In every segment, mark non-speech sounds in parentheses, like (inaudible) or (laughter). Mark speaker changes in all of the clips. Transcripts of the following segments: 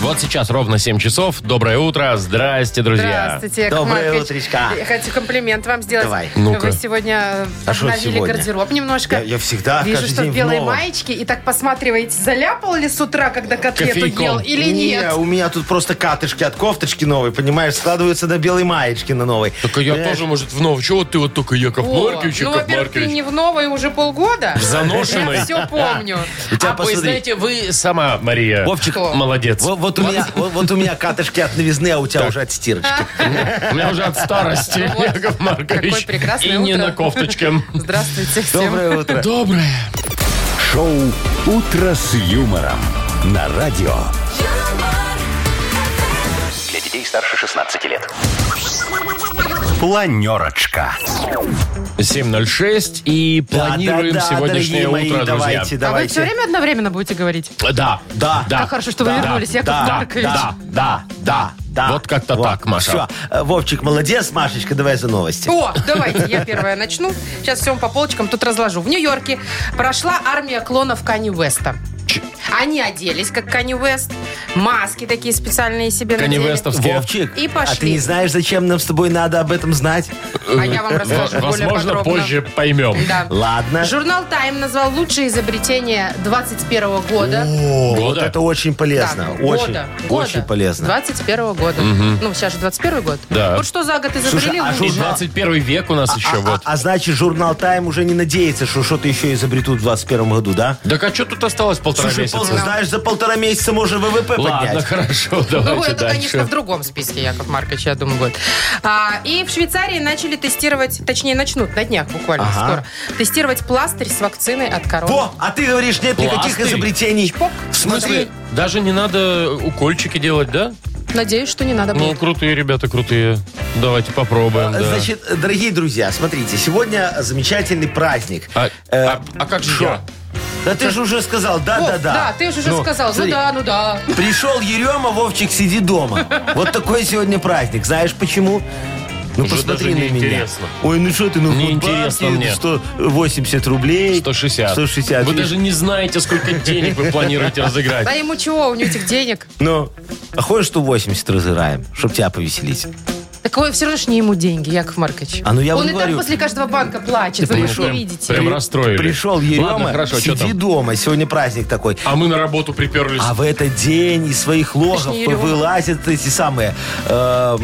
Speaker 1: Вот сейчас ровно 7 часов. Доброе утро. Здрасте, друзья.
Speaker 2: Здравствуйте, Яков
Speaker 3: Доброе
Speaker 2: Маркович.
Speaker 3: утречко.
Speaker 2: Я хочу комплимент вам сделать.
Speaker 3: Давай.
Speaker 1: Ну-ка.
Speaker 2: Вы сегодня
Speaker 3: А шо
Speaker 2: обновили
Speaker 3: сегодня?
Speaker 2: гардероб немножко.
Speaker 3: Я- я всегда
Speaker 2: Вижу,
Speaker 3: каждый
Speaker 2: что
Speaker 3: день
Speaker 2: в
Speaker 3: в
Speaker 2: белой
Speaker 3: новом.
Speaker 2: маечке. И так посматриваете, заляпал ли с утра, когда котлету
Speaker 1: Кофейком.
Speaker 2: ел или
Speaker 3: Не,
Speaker 2: нет.
Speaker 3: у меня тут просто катышки от кофточки новой, понимаешь, складываются до белой маечки на новой.
Speaker 1: Так а я
Speaker 3: Понимаешь?
Speaker 1: тоже, может, в новом. Чего вот ты вот только Яков
Speaker 2: О,
Speaker 1: Маркович,
Speaker 2: ну,
Speaker 1: Яков
Speaker 2: во-первых, ты
Speaker 1: Маркович?
Speaker 2: не в новой уже полгода.
Speaker 1: заношенный.
Speaker 2: Я все помню.
Speaker 3: У тебя
Speaker 1: а
Speaker 3: посмотри.
Speaker 1: вы знаете, вы сама, Мария.
Speaker 3: Вовчик,
Speaker 2: Кто?
Speaker 1: Молодец.
Speaker 3: во- вот, у меня, вот, вот у меня катышки от новизны, а у тебя уже от стирочки.
Speaker 1: У меня уже от старости,
Speaker 2: Вот.
Speaker 1: Яков Маркович.
Speaker 2: Какое прекрасное
Speaker 1: И не
Speaker 2: утро.
Speaker 1: на
Speaker 2: (laughs)
Speaker 1: кофточке.
Speaker 2: Здравствуйте всем.
Speaker 3: Доброе утро.
Speaker 1: Доброе.
Speaker 4: Шоу «Утро с юмором» на радио. Для детей старше 16 лет. Планерочка.
Speaker 1: 7.06 и (laughs)
Speaker 3: Да,
Speaker 1: планируем
Speaker 3: да, да,
Speaker 1: сегодняшнее
Speaker 3: дорогие мои,
Speaker 1: утро,
Speaker 3: давайте,
Speaker 1: друзья.
Speaker 2: А вы
Speaker 3: давайте.
Speaker 2: все время одновременно будете говорить?
Speaker 1: Да, да, да.
Speaker 2: Как хорошо, что вы
Speaker 1: да,
Speaker 2: вернулись, Яков
Speaker 1: да,
Speaker 2: Маркович.
Speaker 1: Да, да, да, да. Вот как-то так, Маша.
Speaker 3: Всё. Э, Вовчик, молодец, Машечка, давай за новости.
Speaker 2: О, давайте, я первая начну. Сейчас все по полочкам тут разложу. В Нью-Йорке прошла армия клонов Кани Уэста.
Speaker 1: Ч-
Speaker 2: Они оделись, как Кани Уэст, маски такие специальные себе
Speaker 1: Кани
Speaker 2: надели.
Speaker 1: Вестовские.
Speaker 3: Вовчик,
Speaker 2: И пошли.
Speaker 3: а ты не знаешь, зачем нам с тобой надо об этом знать?
Speaker 2: А я вам расскажу
Speaker 1: Во-
Speaker 2: более
Speaker 1: Возможно,
Speaker 2: подробно.
Speaker 1: позже поймем.
Speaker 2: Да.
Speaker 3: Ладно.
Speaker 2: Журнал Time назвал лучшее изобретение 21 года.
Speaker 3: О, вот
Speaker 1: Года?
Speaker 3: это очень полезно.
Speaker 2: Так,
Speaker 3: очень,
Speaker 2: года,
Speaker 3: очень
Speaker 2: года.
Speaker 3: полезно.
Speaker 2: 21 года. Ну, сейчас же 21 год.
Speaker 1: Да.
Speaker 2: Вот что за год изобрели
Speaker 3: Слушай, а
Speaker 1: И
Speaker 2: лучше?
Speaker 3: журнал-
Speaker 1: 21 век у нас еще
Speaker 3: а,
Speaker 1: вот.
Speaker 3: а- а значит, журнал Time уже не надеется, что что-то еще изобретут в 21 году, да?
Speaker 1: Так а что тут осталось полтора
Speaker 3: Слушай,
Speaker 1: месяца?
Speaker 3: пол- знаешь, за полтора месяца можно ВВП
Speaker 1: Ладно,
Speaker 3: поднять.
Speaker 1: хорошо,
Speaker 2: Ну,
Speaker 1: давайте
Speaker 2: это, конечно, в
Speaker 1: дальше.
Speaker 2: другом списке, Яков Маркович, я думаю, будет. А, и в Швейцарии начали тестировать, точнее, начнут на днях буквально
Speaker 3: Ага.
Speaker 2: скоро, тестировать пластырь с вакциной от короны.
Speaker 3: Во, а ты говоришь, нет никаких
Speaker 1: Пластырь.
Speaker 3: изобретений.
Speaker 2: Чпок.
Speaker 1: В смысле, даже не надо укольчики делать, да?
Speaker 2: Надеюсь, что не надо
Speaker 1: Ну,
Speaker 2: будет.
Speaker 1: крутые ребята, крутые. Давайте попробуем, да.
Speaker 3: Значит, дорогие друзья, смотрите, сегодня замечательный праздник.
Speaker 1: а,
Speaker 3: Э,
Speaker 1: а- а как же
Speaker 3: шо?
Speaker 1: я?
Speaker 3: Да ты же уже сказал, да,
Speaker 2: Вов,
Speaker 3: да, да.
Speaker 2: ты же уже
Speaker 3: Ну,
Speaker 2: сказал.
Speaker 3: смотри,
Speaker 2: Ну да, ну да.
Speaker 3: Пришел Ерема, Вовчик, сиди дома. Вот такой сегодня праздник. Знаешь почему? Ну
Speaker 1: Уже
Speaker 3: посмотри
Speaker 1: даже
Speaker 3: на меня.
Speaker 1: неинтересно.
Speaker 3: Ой, ну что ты, ну
Speaker 1: Неинтересно
Speaker 3: Мудбанке
Speaker 1: мне.
Speaker 3: что 80 рублей.
Speaker 1: 160.
Speaker 3: 160.
Speaker 1: Вы
Speaker 3: видишь?
Speaker 1: даже не знаете, сколько денег вы планируете разыграть.
Speaker 2: Да А ему чего, у него этих денег?
Speaker 3: Ну, а хочешь, что 80 разыграем, чтобы тебя повеселить?
Speaker 2: Так вы все равно ж не ему деньги, Яков Маркович.
Speaker 3: А ну я
Speaker 2: Он
Speaker 3: вам
Speaker 2: и
Speaker 3: говорю.
Speaker 2: так после каждого банка плачет, вы
Speaker 1: Прям-
Speaker 2: уж не
Speaker 1: прям-
Speaker 2: видите.
Speaker 1: Ну, Прям расстроили.
Speaker 3: Пришел
Speaker 1: Ладно,
Speaker 3: Ерема,
Speaker 1: хорошо, что
Speaker 3: сиди
Speaker 1: там?
Speaker 3: дома, сегодня праздник такой.
Speaker 1: А мы на работу приперлись.
Speaker 3: А в этот день из своих логов
Speaker 2: Точнее, Ерема.
Speaker 3: вылазят эти самые э,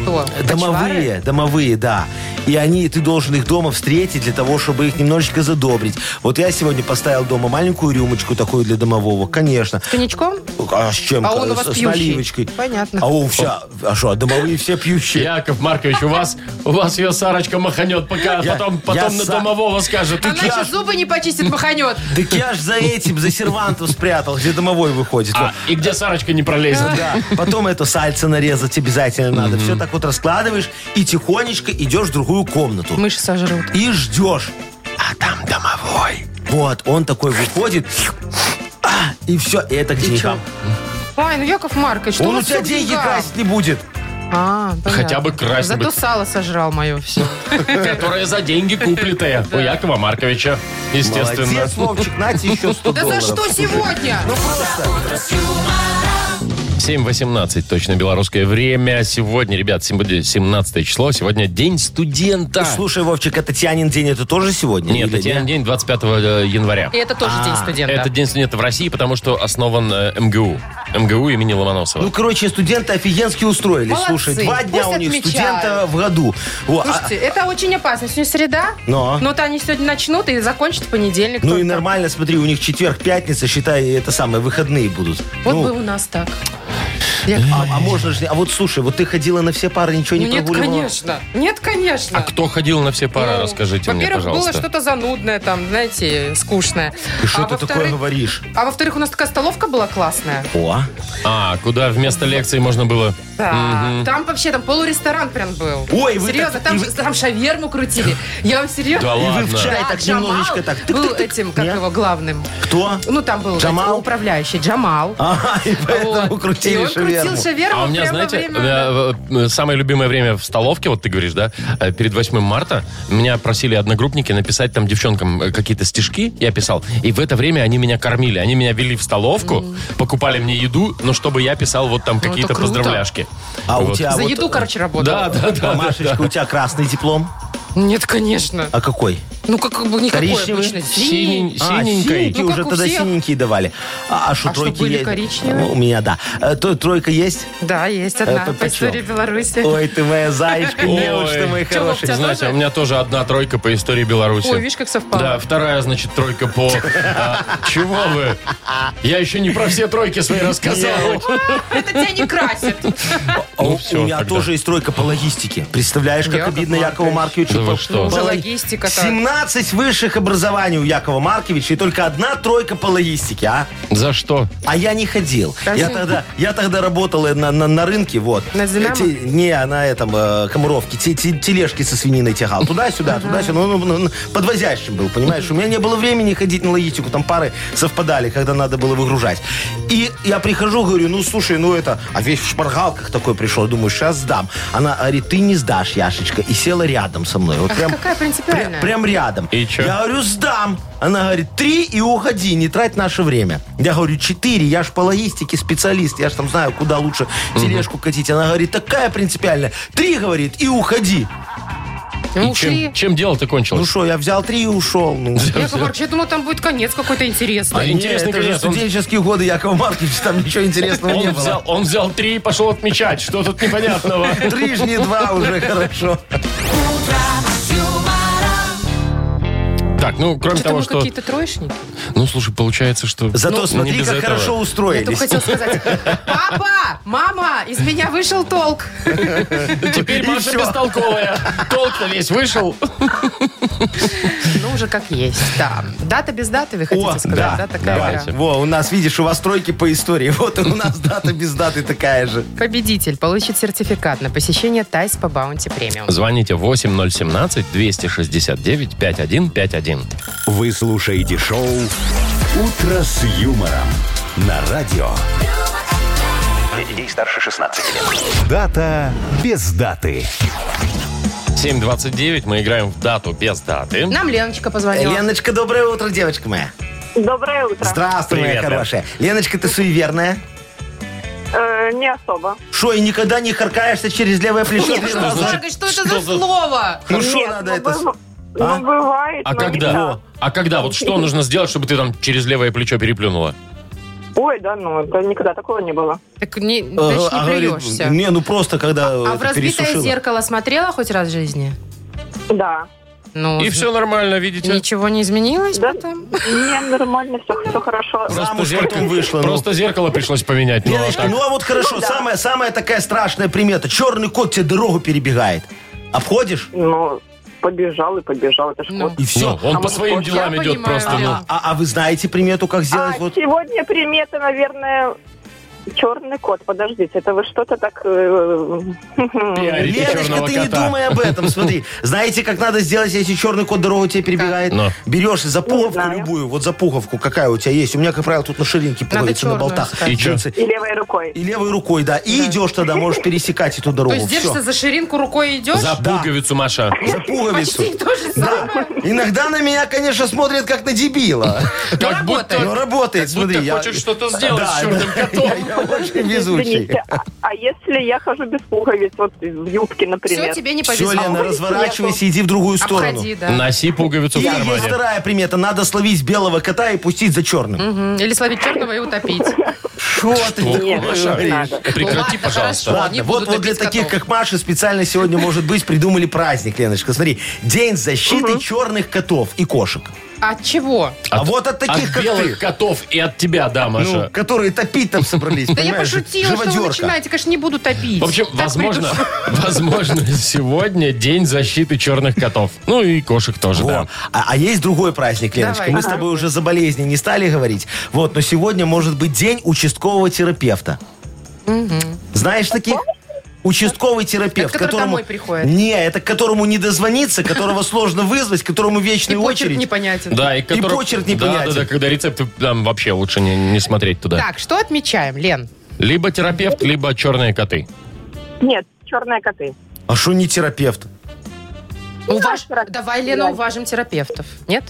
Speaker 2: Кто?
Speaker 3: домовые,
Speaker 2: Кочевары?
Speaker 3: домовые, да. И они, ты должен их дома встретить для того, чтобы их немножечко задобрить. Вот я сегодня поставил дома маленькую рюмочку такую для домового, конечно.
Speaker 2: С коньячком?
Speaker 3: А с чем?
Speaker 2: А он у
Speaker 3: С-
Speaker 2: вас
Speaker 3: с
Speaker 2: пьющий.
Speaker 3: наливочкой.
Speaker 2: Понятно.
Speaker 3: А он вся, а что, домовые все пьющие.
Speaker 1: Яков Маркович, у вас, у вас ее Сарочка маханет, пока
Speaker 3: Я-
Speaker 1: потом,
Speaker 3: я
Speaker 1: потом на
Speaker 3: са-
Speaker 1: домового скажет.
Speaker 2: Она
Speaker 1: «Я
Speaker 2: еще зубы не почистит, маханет.
Speaker 3: Так я ж за этим, за сервантом спрятал, где домовой выходит.
Speaker 1: А, и где Сарочка не пролезет?
Speaker 3: Да, потом это сальце нарезать обязательно надо. Все так вот раскладываешь и тихонечко идешь в другую комнату.
Speaker 2: Мыши сожрут.
Speaker 3: И ждешь. А там домовой. Вот, он такой выходит. а, и все, и это к деньгам.
Speaker 2: Ой, ну Яков Маркович, что
Speaker 3: Он у
Speaker 2: вас
Speaker 3: тебя
Speaker 2: всё к
Speaker 3: деньги
Speaker 2: деньгам?
Speaker 3: красить не будет.
Speaker 2: А, понятно.
Speaker 1: Хотя бы красть
Speaker 2: Зато
Speaker 1: бы.
Speaker 2: сало сожрал мое все.
Speaker 1: Которая за деньги куплитая у Якова Марковича, естественно.
Speaker 3: Молодец, Вовчик, на тебе еще 100
Speaker 2: Да за
Speaker 3: долларов.
Speaker 2: что сегодня?
Speaker 1: 7.18, точно белорусское время. Сегодня, ребят, сегодня 17 число, сегодня день студента.
Speaker 3: Слушай, Вовчик, а Татьянин день это тоже сегодня?
Speaker 1: Нет,
Speaker 3: Или
Speaker 1: Татьянин день 25 января.
Speaker 2: И это
Speaker 3: А,
Speaker 2: тоже день студента.
Speaker 1: Это день студента в России, потому что основан э, МГУ. МГУ имени Ломоносова.
Speaker 3: Ну, короче, студенты офигенски устроились.
Speaker 2: Молодцы.
Speaker 3: Слушай, два дня
Speaker 2: Пусть
Speaker 3: у них
Speaker 2: отмечают.
Speaker 3: студента в году. Во, а-
Speaker 2: Слушайте, это очень опасно. Сегодня среда,
Speaker 3: Но.
Speaker 2: вот они сегодня начнут и закончат в понедельник.
Speaker 3: Ну и
Speaker 2: только.
Speaker 3: нормально, смотри, у них четверг, пятница, считай, это самое, выходные будут.
Speaker 2: Вот
Speaker 3: Ну,
Speaker 2: бы у нас так. Яков
Speaker 3: А, а можно же... А вот слушай, вот ты ходила на все пары, ничего не
Speaker 2: Ну Нет,
Speaker 3: прогуливала?
Speaker 2: конечно. Нет, конечно.
Speaker 1: А кто ходил на все пары,
Speaker 2: Ну,
Speaker 1: расскажите мне,
Speaker 2: Во-первых, было
Speaker 1: пожалуйста.
Speaker 2: что-то занудное там, знаете, скучное.
Speaker 3: Ты что
Speaker 2: А
Speaker 3: ты такое
Speaker 2: во-вторых-
Speaker 3: говоришь?
Speaker 2: А во-вторых, у нас такая столовка была классная.
Speaker 3: О,
Speaker 1: А, куда вместо лекции можно было?
Speaker 2: Да. Там вообще там полуресторан прям был.
Speaker 3: Ой, вы
Speaker 2: Серьезно,
Speaker 3: так-
Speaker 2: там,
Speaker 3: и
Speaker 2: же-
Speaker 3: вы-
Speaker 2: там шаверму крутили. Я вам серьезно...
Speaker 1: Да
Speaker 3: и вы
Speaker 1: ладно.
Speaker 3: в чай
Speaker 2: Да,
Speaker 3: так
Speaker 2: А, Джамал
Speaker 3: немножечко так. тык-тык-тык.
Speaker 2: был этим, как
Speaker 3: Не?
Speaker 2: его, главным.
Speaker 3: Кто?
Speaker 2: Ну, там был
Speaker 3: Джамал?
Speaker 2: знаете, управляющий Джамал.
Speaker 3: (laughs) Ага, и поэтому
Speaker 2: Вот.
Speaker 3: крутили
Speaker 2: И он
Speaker 3: шаверму.
Speaker 2: крутил шаверму
Speaker 1: А у меня,
Speaker 2: прямо во
Speaker 1: знаете,
Speaker 2: время-
Speaker 1: э, э, самое любимое время в столовке, вот ты говоришь, да, э, перед 8 марта меня просили одногруппники написать там девчонкам э, какие-то стишки, я писал, и в это время они меня кормили, они меня вели в столовку, покупали мне еду, но чтобы я писал вот там какие-то
Speaker 2: Ну, это круто.
Speaker 1: поздравляшки.
Speaker 3: А у
Speaker 1: Вот. э,
Speaker 3: тебя
Speaker 2: За
Speaker 3: вот...
Speaker 2: еду, короче, работал.
Speaker 1: Да, да, да.
Speaker 3: а, Машечка, у тебя красный диплом?
Speaker 2: Нет, конечно.
Speaker 3: А какой?
Speaker 2: Ну, как бы никакой
Speaker 3: Коричневый?
Speaker 2: обычно.
Speaker 1: Синий-
Speaker 2: Синий.
Speaker 3: А,
Speaker 1: Синенькой.
Speaker 3: синенькие
Speaker 2: Ну, как
Speaker 3: уже
Speaker 2: у
Speaker 3: тогда
Speaker 2: всех.
Speaker 3: синенькие давали. А, а что,
Speaker 2: А что,
Speaker 3: тройки
Speaker 2: были
Speaker 3: есть?
Speaker 2: коричневые?
Speaker 3: Ну, у меня, да. Э, то-
Speaker 2: (laughs)
Speaker 3: тройка есть?
Speaker 2: Да, есть одна по
Speaker 3: Это почем?
Speaker 2: истории Беларуси.
Speaker 3: Ой, ты моя зайчка,
Speaker 1: Ой.
Speaker 3: девушка моя
Speaker 2: Чё, Вовчик?
Speaker 3: хорошая.
Speaker 2: тебя
Speaker 1: Знаете,
Speaker 2: тоже?
Speaker 1: у меня тоже одна тройка по истории Беларуси.
Speaker 2: Ой, видишь, как совпало.
Speaker 1: Да, вторая, значит, тройка по...
Speaker 3: (laughs)
Speaker 1: А, Чего вы? Я еще не про все тройки свои рассказал.
Speaker 2: Это тебя не красит.
Speaker 3: А
Speaker 1: Ну,
Speaker 3: у-
Speaker 1: всё
Speaker 3: у меня
Speaker 1: тогда.
Speaker 3: тоже есть тройка по логистике. Представляешь, как
Speaker 2: Яков
Speaker 3: обидно Якову Марковичу.
Speaker 1: Да вы
Speaker 3: по-
Speaker 1: что?
Speaker 2: Уже
Speaker 3: по лог-
Speaker 2: логистика-то.
Speaker 3: 17 высших образований у Якова Марковича и только одна тройка по логистике, а?
Speaker 1: За что?
Speaker 3: А я не ходил.
Speaker 2: Да
Speaker 3: Я
Speaker 2: ну.
Speaker 3: тогда, я тогда работала на, на, на рынке, вот.
Speaker 2: На «Динамо»?
Speaker 3: Те- не, на этом, э, комаровке. Те- те- тележки со свининой тягал. Туда-сюда, туда-сюда. Ну, ну, ну, подвозящим был, понимаешь? У меня не было времени ходить на логистику. Там пары совпадали, когда надо было выгружать. И я прихожу, говорю, ну, слушай, ну это... А весь в шпаргалках такой пришел. Думаю, сейчас сдам. Она говорит, ты не сдашь, Яшечка. И села рядом со мной. Вот
Speaker 2: Ах,
Speaker 3: прям,
Speaker 2: какая принципиальная.
Speaker 3: пря- прям рядом.
Speaker 1: И чё?
Speaker 3: Я говорю, сдам. Она говорит, три и уходи, не трать наше время. Я говорю, четыре, я ж по логистике специалист, я ж там знаю, куда лучше тележку катить. Она говорит, такая принципиальная. Три, говорит, и уходи.
Speaker 2: Ну,
Speaker 1: И чем,
Speaker 2: ушли.
Speaker 1: чем дело-то
Speaker 3: Ну
Speaker 1: кончилось?
Speaker 3: что, я взял три и ушел. Ну.
Speaker 2: Яков Маркович, я думала, там будет конец какой-то
Speaker 1: А
Speaker 2: интересный.
Speaker 1: и- интересный
Speaker 3: это же
Speaker 1: конец, он-
Speaker 3: студенческие годы Якова Марковича, там ничего интересного не
Speaker 1: он,
Speaker 3: было.
Speaker 1: взял, он взял три и пошел отмечать. Что тут непонятного?
Speaker 3: Три ж не два
Speaker 1: (laughs)
Speaker 3: уже хорошо.
Speaker 1: Так, ну, кроме
Speaker 2: Что-то
Speaker 1: того,
Speaker 2: мы
Speaker 1: что...
Speaker 2: какие-то троечники.
Speaker 1: Ну, слушай, получается, что...
Speaker 3: Зато
Speaker 1: Ну, не
Speaker 3: смотри,
Speaker 1: без
Speaker 3: как
Speaker 1: этого.
Speaker 3: хорошо
Speaker 2: Я только
Speaker 3: устроились.
Speaker 2: хотела сказать, папа, мама, из меня вышел толк.
Speaker 1: (laughs) Теперь
Speaker 3: И
Speaker 1: Маша
Speaker 3: всё.
Speaker 1: бестолковая.
Speaker 3: (laughs)
Speaker 1: Толк-то весь вышел.
Speaker 2: Ну, уже как есть, да. Дата без даты, вы хотите
Speaker 3: О,
Speaker 2: сказать,
Speaker 3: да,
Speaker 2: да, такая
Speaker 1: давайте.
Speaker 2: игра.
Speaker 3: Во, у нас, видишь, у вас тройки по истории. (laughs) Вот и у нас дата без даты такая же.
Speaker 2: Победитель получит сертификат на посещение Тайс по Баунти Премиум.
Speaker 1: Звоните 8017-269-5151.
Speaker 4: Вы слушаете шоу «Утро с юмором» на радио. Для детей старше 16 лет. Дата без даты.
Speaker 1: 7.29, мы играем в дату без даты.
Speaker 2: Нам Леночка позвонила.
Speaker 3: Леночка, доброе утро, девочка моя.
Speaker 5: Доброе утро.
Speaker 3: Здравствуй, моя
Speaker 1: Привет, Лен.
Speaker 3: хорошая. Леночка, ты суеверная?
Speaker 5: Э, не особо.
Speaker 3: Что, и никогда не харкаешься через левое плечо?
Speaker 2: Яков
Speaker 3: Три раза?
Speaker 2: Маркович, что это
Speaker 1: что
Speaker 2: за
Speaker 1: за-
Speaker 2: слово?
Speaker 3: Ну что
Speaker 5: Нет,
Speaker 3: надо
Speaker 5: ну,
Speaker 3: это... с-
Speaker 5: быв-
Speaker 3: А?
Speaker 5: Ну, бывает,
Speaker 1: А
Speaker 5: но не
Speaker 1: когда?
Speaker 5: так.
Speaker 1: А когда? Вот что нужно сделать, чтобы ты там через левое плечо переплюнула?
Speaker 5: Ой, да ну, это никогда такого не было.
Speaker 2: Так не,
Speaker 3: Э,
Speaker 2: дальше
Speaker 3: а
Speaker 2: не
Speaker 3: говорит,
Speaker 2: плюешься.
Speaker 3: Не, ну просто когда
Speaker 2: А
Speaker 3: это,
Speaker 2: в разбитое
Speaker 3: пересушила.
Speaker 2: зеркало смотрела хоть раз в жизни?
Speaker 5: Да.
Speaker 2: Ну,
Speaker 1: И все нормально, видите?
Speaker 2: Ничего не изменилось
Speaker 5: Да?
Speaker 2: потом?
Speaker 5: Не, нормально, все, все хорошо.
Speaker 3: Замуж потом вышла. ну.
Speaker 1: просто зеркало пришлось поменять. Ну, а
Speaker 3: Леночка,
Speaker 1: так?
Speaker 3: ну а вот хорошо, самая, самая такая страшная примета. Черный кот тебе дорогу перебегает. Обходишь?
Speaker 5: Ну, побежал и побежал, это ж
Speaker 2: Ну.
Speaker 5: кот.
Speaker 3: И все.
Speaker 1: Ну, он
Speaker 5: А
Speaker 1: по
Speaker 5: мы-
Speaker 1: своим
Speaker 5: я
Speaker 1: делам идет
Speaker 2: понимаю,
Speaker 1: просто. ну.
Speaker 2: Лен.
Speaker 3: А, а вы знаете примету, как сделать?
Speaker 5: А,
Speaker 3: вот?
Speaker 5: сегодня примета, наверное, черный кот. Подождите, это вы что-то так...
Speaker 3: (laughs)
Speaker 5: э,
Speaker 1: Пиарите
Speaker 3: Леночка,
Speaker 1: черного
Speaker 3: ты не
Speaker 1: кота.
Speaker 3: думай об этом, смотри. Знаете, как надо сделать, если черный кот дорогу тебе перебегает?
Speaker 1: Ну.
Speaker 3: Берешь за пуговку
Speaker 5: знаю.
Speaker 3: любую, вот за пуговку, какая у тебя есть. У меня, как правило, тут на ширинке
Speaker 2: Надо
Speaker 3: пуговица на
Speaker 2: черную
Speaker 3: болтах.
Speaker 2: искать.
Speaker 1: И чё?
Speaker 3: Джинсы.
Speaker 5: И левой рукой.
Speaker 3: И левой рукой, да. И идешь тогда, можешь пересекать эту
Speaker 2: То
Speaker 3: дорогу.
Speaker 2: есть держишься
Speaker 3: Всё.
Speaker 2: за ширинку, рукой идешь?
Speaker 1: За
Speaker 3: Да.
Speaker 1: пуговицу, Маша.
Speaker 3: За пуговицу.
Speaker 2: Почти то же
Speaker 3: Да.
Speaker 2: самое.
Speaker 3: Иногда на меня, конечно, смотрят как на дебила.
Speaker 1: Как будто,
Speaker 2: работает.
Speaker 3: Но работает,
Speaker 1: будто
Speaker 3: смотри. я-
Speaker 1: хочешь что-то сделать
Speaker 3: Да,
Speaker 1: с черным
Speaker 3: да.
Speaker 1: котом.
Speaker 3: (laughs) Я очень везучий.
Speaker 5: Извините, а- а если я хожу без пуговиц, вот в юбке,
Speaker 2: Все
Speaker 5: например?
Speaker 2: тебе не
Speaker 3: Все,
Speaker 2: повезло.
Speaker 3: Лена, разворачивайся, иди в другую сторону.
Speaker 2: Обходи, да.
Speaker 1: Носи пуговицу в
Speaker 3: И есть
Speaker 1: кармане.
Speaker 3: вторая примета. Надо словить белого кота и пустить за черным.
Speaker 2: Мгм. Или словить черного и утопить.
Speaker 3: Что ты такое
Speaker 5: Нет, не
Speaker 3: говоришь?
Speaker 5: надо.
Speaker 1: Прекрати,
Speaker 2: Ладно,
Speaker 1: пожалуйста.
Speaker 2: хорошо.
Speaker 3: Ладно,
Speaker 2: Они
Speaker 3: вот,
Speaker 2: будут
Speaker 3: вот для
Speaker 2: любить
Speaker 3: таких,
Speaker 2: котов.
Speaker 3: как Маша, специально сегодня, может быть, придумали праздник, Леночка. Смотри, День защиты черных котов и кошек.
Speaker 2: От чего?
Speaker 3: А вот от таких,
Speaker 1: от
Speaker 3: как
Speaker 1: белых
Speaker 3: ты.
Speaker 1: котов и от тебя, да,
Speaker 3: Ну,
Speaker 1: Маша.
Speaker 3: которые топить там собрались,
Speaker 2: Да я
Speaker 3: понимаешь,
Speaker 2: пошутила, что вы
Speaker 3: живодерка.
Speaker 2: начинаете. Конечно, не буду топить.
Speaker 1: В общем,
Speaker 2: Так
Speaker 1: возможно,
Speaker 2: придумала.
Speaker 1: (laughs) возможно, сегодня день защиты черных котов. Ну и кошек тоже,
Speaker 3: Во.
Speaker 1: да.
Speaker 3: А, а есть другой праздник, Леночка.
Speaker 2: Давай.
Speaker 3: Мы с тобой уже за болезни не стали говорить. Вот, но сегодня может быть день участкового терапевта. Знаешь таких? Участковый терапевт,
Speaker 2: который
Speaker 3: которому...
Speaker 2: домой приходит.
Speaker 3: Не, это к которому не дозвониться, которого сложно вызвать, которому
Speaker 2: И
Speaker 3: вечная
Speaker 2: почерк
Speaker 3: очередь.
Speaker 2: непонятен.
Speaker 1: Да, и, который...
Speaker 3: почерк непонятен.
Speaker 1: Да, да, да, когда рецепты там вообще лучше не, не смотреть туда.
Speaker 2: Так, что отмечаем, Лен?
Speaker 1: Либо терапевт, либо черные коты.
Speaker 5: Нет, черные коты.
Speaker 3: А что не терапевт?
Speaker 2: Уваж-
Speaker 5: терапевт.
Speaker 2: Ну, Давай, Лена,
Speaker 5: Давай.
Speaker 2: уважим терапевтов. Нет?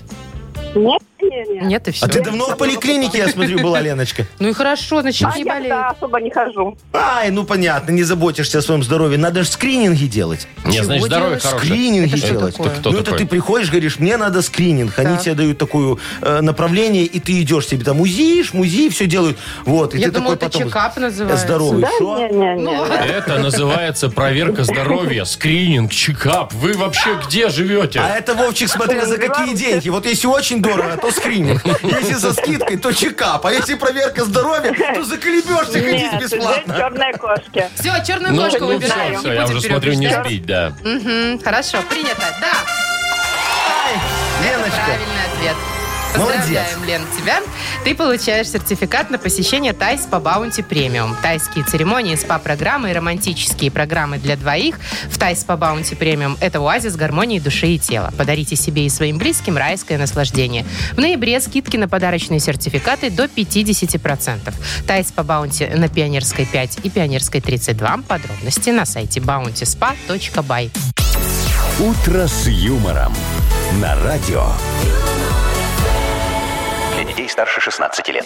Speaker 5: Нет, нет, нет.
Speaker 2: Нет, и все.
Speaker 3: А ты давно в поликлинике, я смотрю, была, Леночка.
Speaker 2: Ну и хорошо, значит,
Speaker 5: А
Speaker 2: не
Speaker 5: я
Speaker 2: болеет.
Speaker 5: туда особо не хожу.
Speaker 3: Ай, ну понятно, не заботишься о своем здоровье. Надо же скрининги делать.
Speaker 1: Не,
Speaker 2: Чего
Speaker 1: значит, здоровье
Speaker 2: делаешь?
Speaker 1: хорошее.
Speaker 3: Скрининги
Speaker 2: Это что
Speaker 3: делать.
Speaker 2: такое? Ты
Speaker 1: кто
Speaker 3: ну,
Speaker 1: такой?
Speaker 3: это ты приходишь, говоришь, мне надо скрининг. Они
Speaker 2: Так.
Speaker 3: тебе дают такое э, направление, и ты идешь, тебе там УЗИш, МУЗИ, все делают. Вот, и
Speaker 2: Я
Speaker 3: ты
Speaker 2: думала, это
Speaker 3: такой потом...
Speaker 2: чекап называется.
Speaker 3: Здоровый.
Speaker 5: Да,
Speaker 3: Шо?
Speaker 5: не, не, не.
Speaker 2: Ну, (laughs)
Speaker 1: Это называется проверка здоровья, скрининг, чекап. Вы вообще где живете?
Speaker 3: А это, Вовчик, смотря за какие деньги. Вот если очень дорого, то скрининг. Если за скидкой, то чекап. А если проверка здоровья, то заколебешься ходить
Speaker 5: Нет,
Speaker 3: бесплатно.
Speaker 5: черные кошки.
Speaker 2: Все, черную
Speaker 1: Ну,
Speaker 2: ножку
Speaker 1: ну,
Speaker 2: выбираем.
Speaker 1: все,
Speaker 2: Не
Speaker 1: все, я
Speaker 2: будем
Speaker 1: уже смотрю, не
Speaker 2: переубеждать.
Speaker 1: сбить, да.
Speaker 2: Мгм, Хорошо, принято. Да,
Speaker 3: Ай, Леночка,
Speaker 2: правильный ответ.
Speaker 3: Молодец.
Speaker 2: Поздравляем, Лен, тебя. Ты получаешь сертификат на посещение Тайс по Баунти Премиум. Тайские церемонии, СПА-программы и романтические программы для двоих в Тайс по Баунти Премиум – это оазис гармонии души и тела. Подарите себе и своим близким райское наслаждение. В ноябре скидки на подарочные сертификаты до 50%. Тайс по Баунти на Пионерской 5 и Пионерской 32. Подробности на сайте bountyspa.by.
Speaker 4: «Утро с юмором» на радио. Для детей старше 16 лет.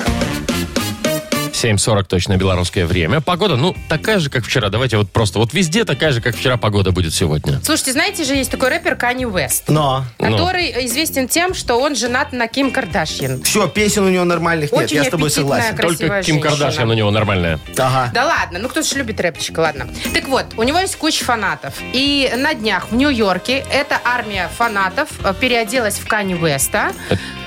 Speaker 1: 7.40 точно белорусское время. Погода, ну, такая же, как вчера. Давайте вот просто, вот везде такая же, как вчера погода будет сегодня.
Speaker 2: Слушайте, знаете же, есть такой рэпер Кани Уэст.
Speaker 3: Но.
Speaker 1: Ну.
Speaker 2: который известен тем, что он женат на Ким Кардашьян.
Speaker 3: Все, песен у него нормальных нет,
Speaker 2: Очень
Speaker 3: я с тобой
Speaker 2: аппетитная,
Speaker 3: согласен.
Speaker 2: красивая
Speaker 1: Только Ким
Speaker 2: женщина.
Speaker 1: Кардашьян у него нормальная.
Speaker 3: Ага.
Speaker 2: Да ладно, ну кто же любит рэпчика, ладно. Так вот, у него есть куча фанатов. И на днях в Нью-Йорке эта армия фанатов э, переоделась в Кани Веста.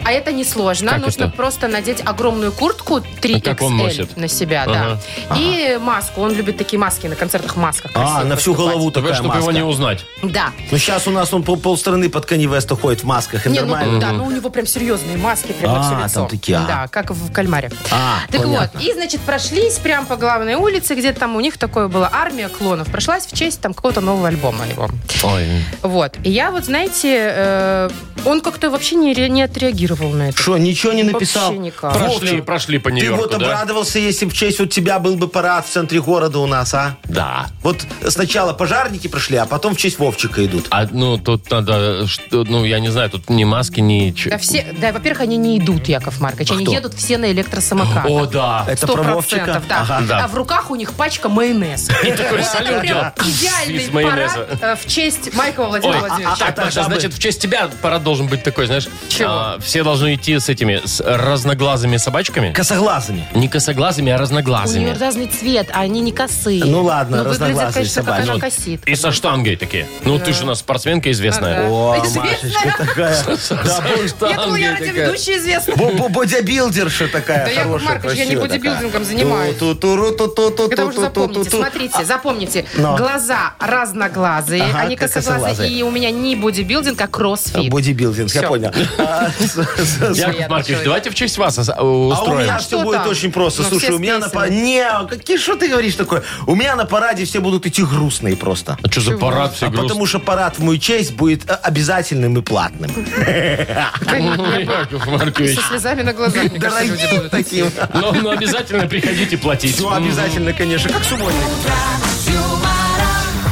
Speaker 2: А это несложно.
Speaker 1: Как
Speaker 2: Нужно
Speaker 1: это? А
Speaker 2: просто надеть огромную куртку 3XL
Speaker 1: Как он носит?
Speaker 2: на себя,
Speaker 1: Ага.
Speaker 2: да. И маску. Он любит такие маски на концертах, масках.
Speaker 3: А,
Speaker 2: красивых
Speaker 3: на всю
Speaker 2: выступать.
Speaker 3: голову
Speaker 1: Чтобы
Speaker 3: такая
Speaker 1: его не
Speaker 3: маска.
Speaker 1: узнать.
Speaker 2: Да.
Speaker 3: Ну, сейчас у нас он пол- полстраны под Кани Веста ходит в масках, и
Speaker 2: Не, ну,
Speaker 3: нормально.
Speaker 2: да, но у него прям серьезные маски, прям на
Speaker 3: А,
Speaker 2: все лицо.
Speaker 3: там такие, а.
Speaker 2: Да, как в кальмаре.
Speaker 3: А,
Speaker 2: так
Speaker 3: понятно.
Speaker 2: вот, и, значит, прошлись прям по главной улице, где там у них такое было армия клонов. Прошлась в честь там какого-то нового альбома его.
Speaker 1: Ой.
Speaker 2: Вот. И я вот, знаете, э, он как-то вообще не, ре- не отреагировал на это.
Speaker 3: Что, ничего не написал?
Speaker 2: Вообще никак.
Speaker 1: Прошли, прошли по
Speaker 3: Ты
Speaker 1: Нью-Йорку,
Speaker 3: вот
Speaker 1: да?
Speaker 3: обрадовался, если в честь вот тебя был бы парад в центре города у нас, а?
Speaker 1: Да.
Speaker 3: Вот сначала пожарники пришли, а потом в честь Вовчика идут.
Speaker 1: А, ну, тут надо, что, ну, я не знаю, тут ни маски, ни... чё-
Speaker 2: Да, все, да, во-первых, они не идут, Яков Маркович. Они
Speaker 3: А кто?
Speaker 2: едут все на электросамокатах.
Speaker 1: О, да.
Speaker 3: Это
Speaker 2: Сто
Speaker 3: про
Speaker 2: процентов,
Speaker 3: Вовчика?
Speaker 2: да.
Speaker 3: Ага.
Speaker 1: да.
Speaker 2: А в руках у них пачка
Speaker 3: (laughs)
Speaker 2: майонеза.
Speaker 1: такой
Speaker 2: Это
Speaker 1: салют
Speaker 2: прям
Speaker 1: делал.
Speaker 2: идеальный
Speaker 1: Из майонеза.
Speaker 2: парад э, в честь
Speaker 1: Ой,
Speaker 2: Майкова
Speaker 1: а,
Speaker 2: Владимира
Speaker 3: а,
Speaker 2: Владимировича.
Speaker 1: так, Маша, значит, в честь тебя парад должен быть такой, знаешь.
Speaker 2: Чего?
Speaker 1: а, все должны идти с этими, с разноглазыми собачками.
Speaker 3: Косоглазыми.
Speaker 1: Не косоглазыми, а
Speaker 2: У нее
Speaker 1: разноглазыми.
Speaker 2: разный цвет, а они не косые.
Speaker 3: Ну ладно,
Speaker 2: Но выглядят,
Speaker 3: разноглазые
Speaker 2: конечно, как
Speaker 3: собаки.
Speaker 2: она
Speaker 1: Ну,
Speaker 2: косит.
Speaker 1: И со штангой такие. Ну, ты же у нас спортсменка известная.
Speaker 3: О,
Speaker 2: Известная.
Speaker 3: Машечка такая. Да, бо-
Speaker 2: Я думала, я
Speaker 1: Штангой такая.
Speaker 2: радиоведущая известная.
Speaker 3: бо- бо- бодибилдерша такая
Speaker 2: Да, Яков
Speaker 3: хорошая,
Speaker 2: Маркович, я не
Speaker 3: красивая
Speaker 2: бодибилдингом
Speaker 3: такая.
Speaker 2: занимаюсь.
Speaker 3: Ту-ту-ру, ту-ту-ту,
Speaker 2: Это уже запомните.
Speaker 3: ту-ту-ту-ту.
Speaker 2: Смотрите, запомните.
Speaker 3: Но.
Speaker 2: Глаза разноглазые,
Speaker 3: Ну. Ага,
Speaker 2: они
Speaker 3: как
Speaker 2: косоглазые.
Speaker 3: косоглазые.
Speaker 2: И у меня не бодибилдинг, а
Speaker 3: А,
Speaker 2: кроссфит.
Speaker 3: Бодибилдинг, я
Speaker 2: Всё.
Speaker 3: понял. А, с- с- с-
Speaker 1: Яков
Speaker 2: Приятный
Speaker 1: Маркович,
Speaker 2: человек.
Speaker 1: давайте в честь вас ос-
Speaker 3: А у
Speaker 1: устроим.
Speaker 3: меня
Speaker 2: Что
Speaker 3: все будет
Speaker 2: там?
Speaker 3: очень просто.
Speaker 2: Ну,
Speaker 3: Слушай,
Speaker 2: все
Speaker 3: у меня на
Speaker 2: с
Speaker 3: параде... Не, какие что ты говоришь такое? У меня на параде все будут идти грустные просто.
Speaker 1: А что за парад все
Speaker 3: А потому что парад в мою честь будет э, обязательным и платным.
Speaker 1: грустные? (laughs) Яков Маркович.
Speaker 2: Со слезами на глазах, мне кажется, люди
Speaker 3: Дорогим
Speaker 2: будут.
Speaker 3: таким.
Speaker 1: Ну, ну, обязательно приходите платить.
Speaker 3: Все обязательно, конечно, как субботник.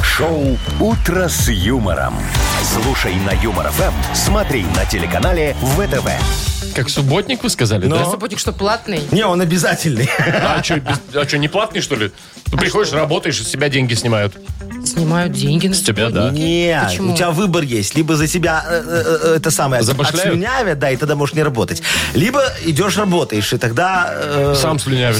Speaker 4: Шоу «Утро с юмором». Слушай на Юмор ФМ, смотри на телеканале ВТВ.
Speaker 1: Как субботник вы сказали,
Speaker 3: Но.
Speaker 1: да?
Speaker 2: Субботник что, платный?
Speaker 3: Не,
Speaker 2: (laughs)
Speaker 3: он обязательный.
Speaker 1: А что, не платный, что ли? Ну, приходишь, работаешь, из себя деньги снимают.
Speaker 2: Снимают деньги. на
Speaker 1: А С тебя, да.
Speaker 3: Нет,
Speaker 2: Почему?
Speaker 3: у тебя выбор есть. Либо за тебя э, э, э, это самое
Speaker 1: Забашляют?
Speaker 3: отслюнявят, да, и тогда можешь не работать. Либо идешь работаешь, и тогда... э,
Speaker 1: Сам слюнявишь.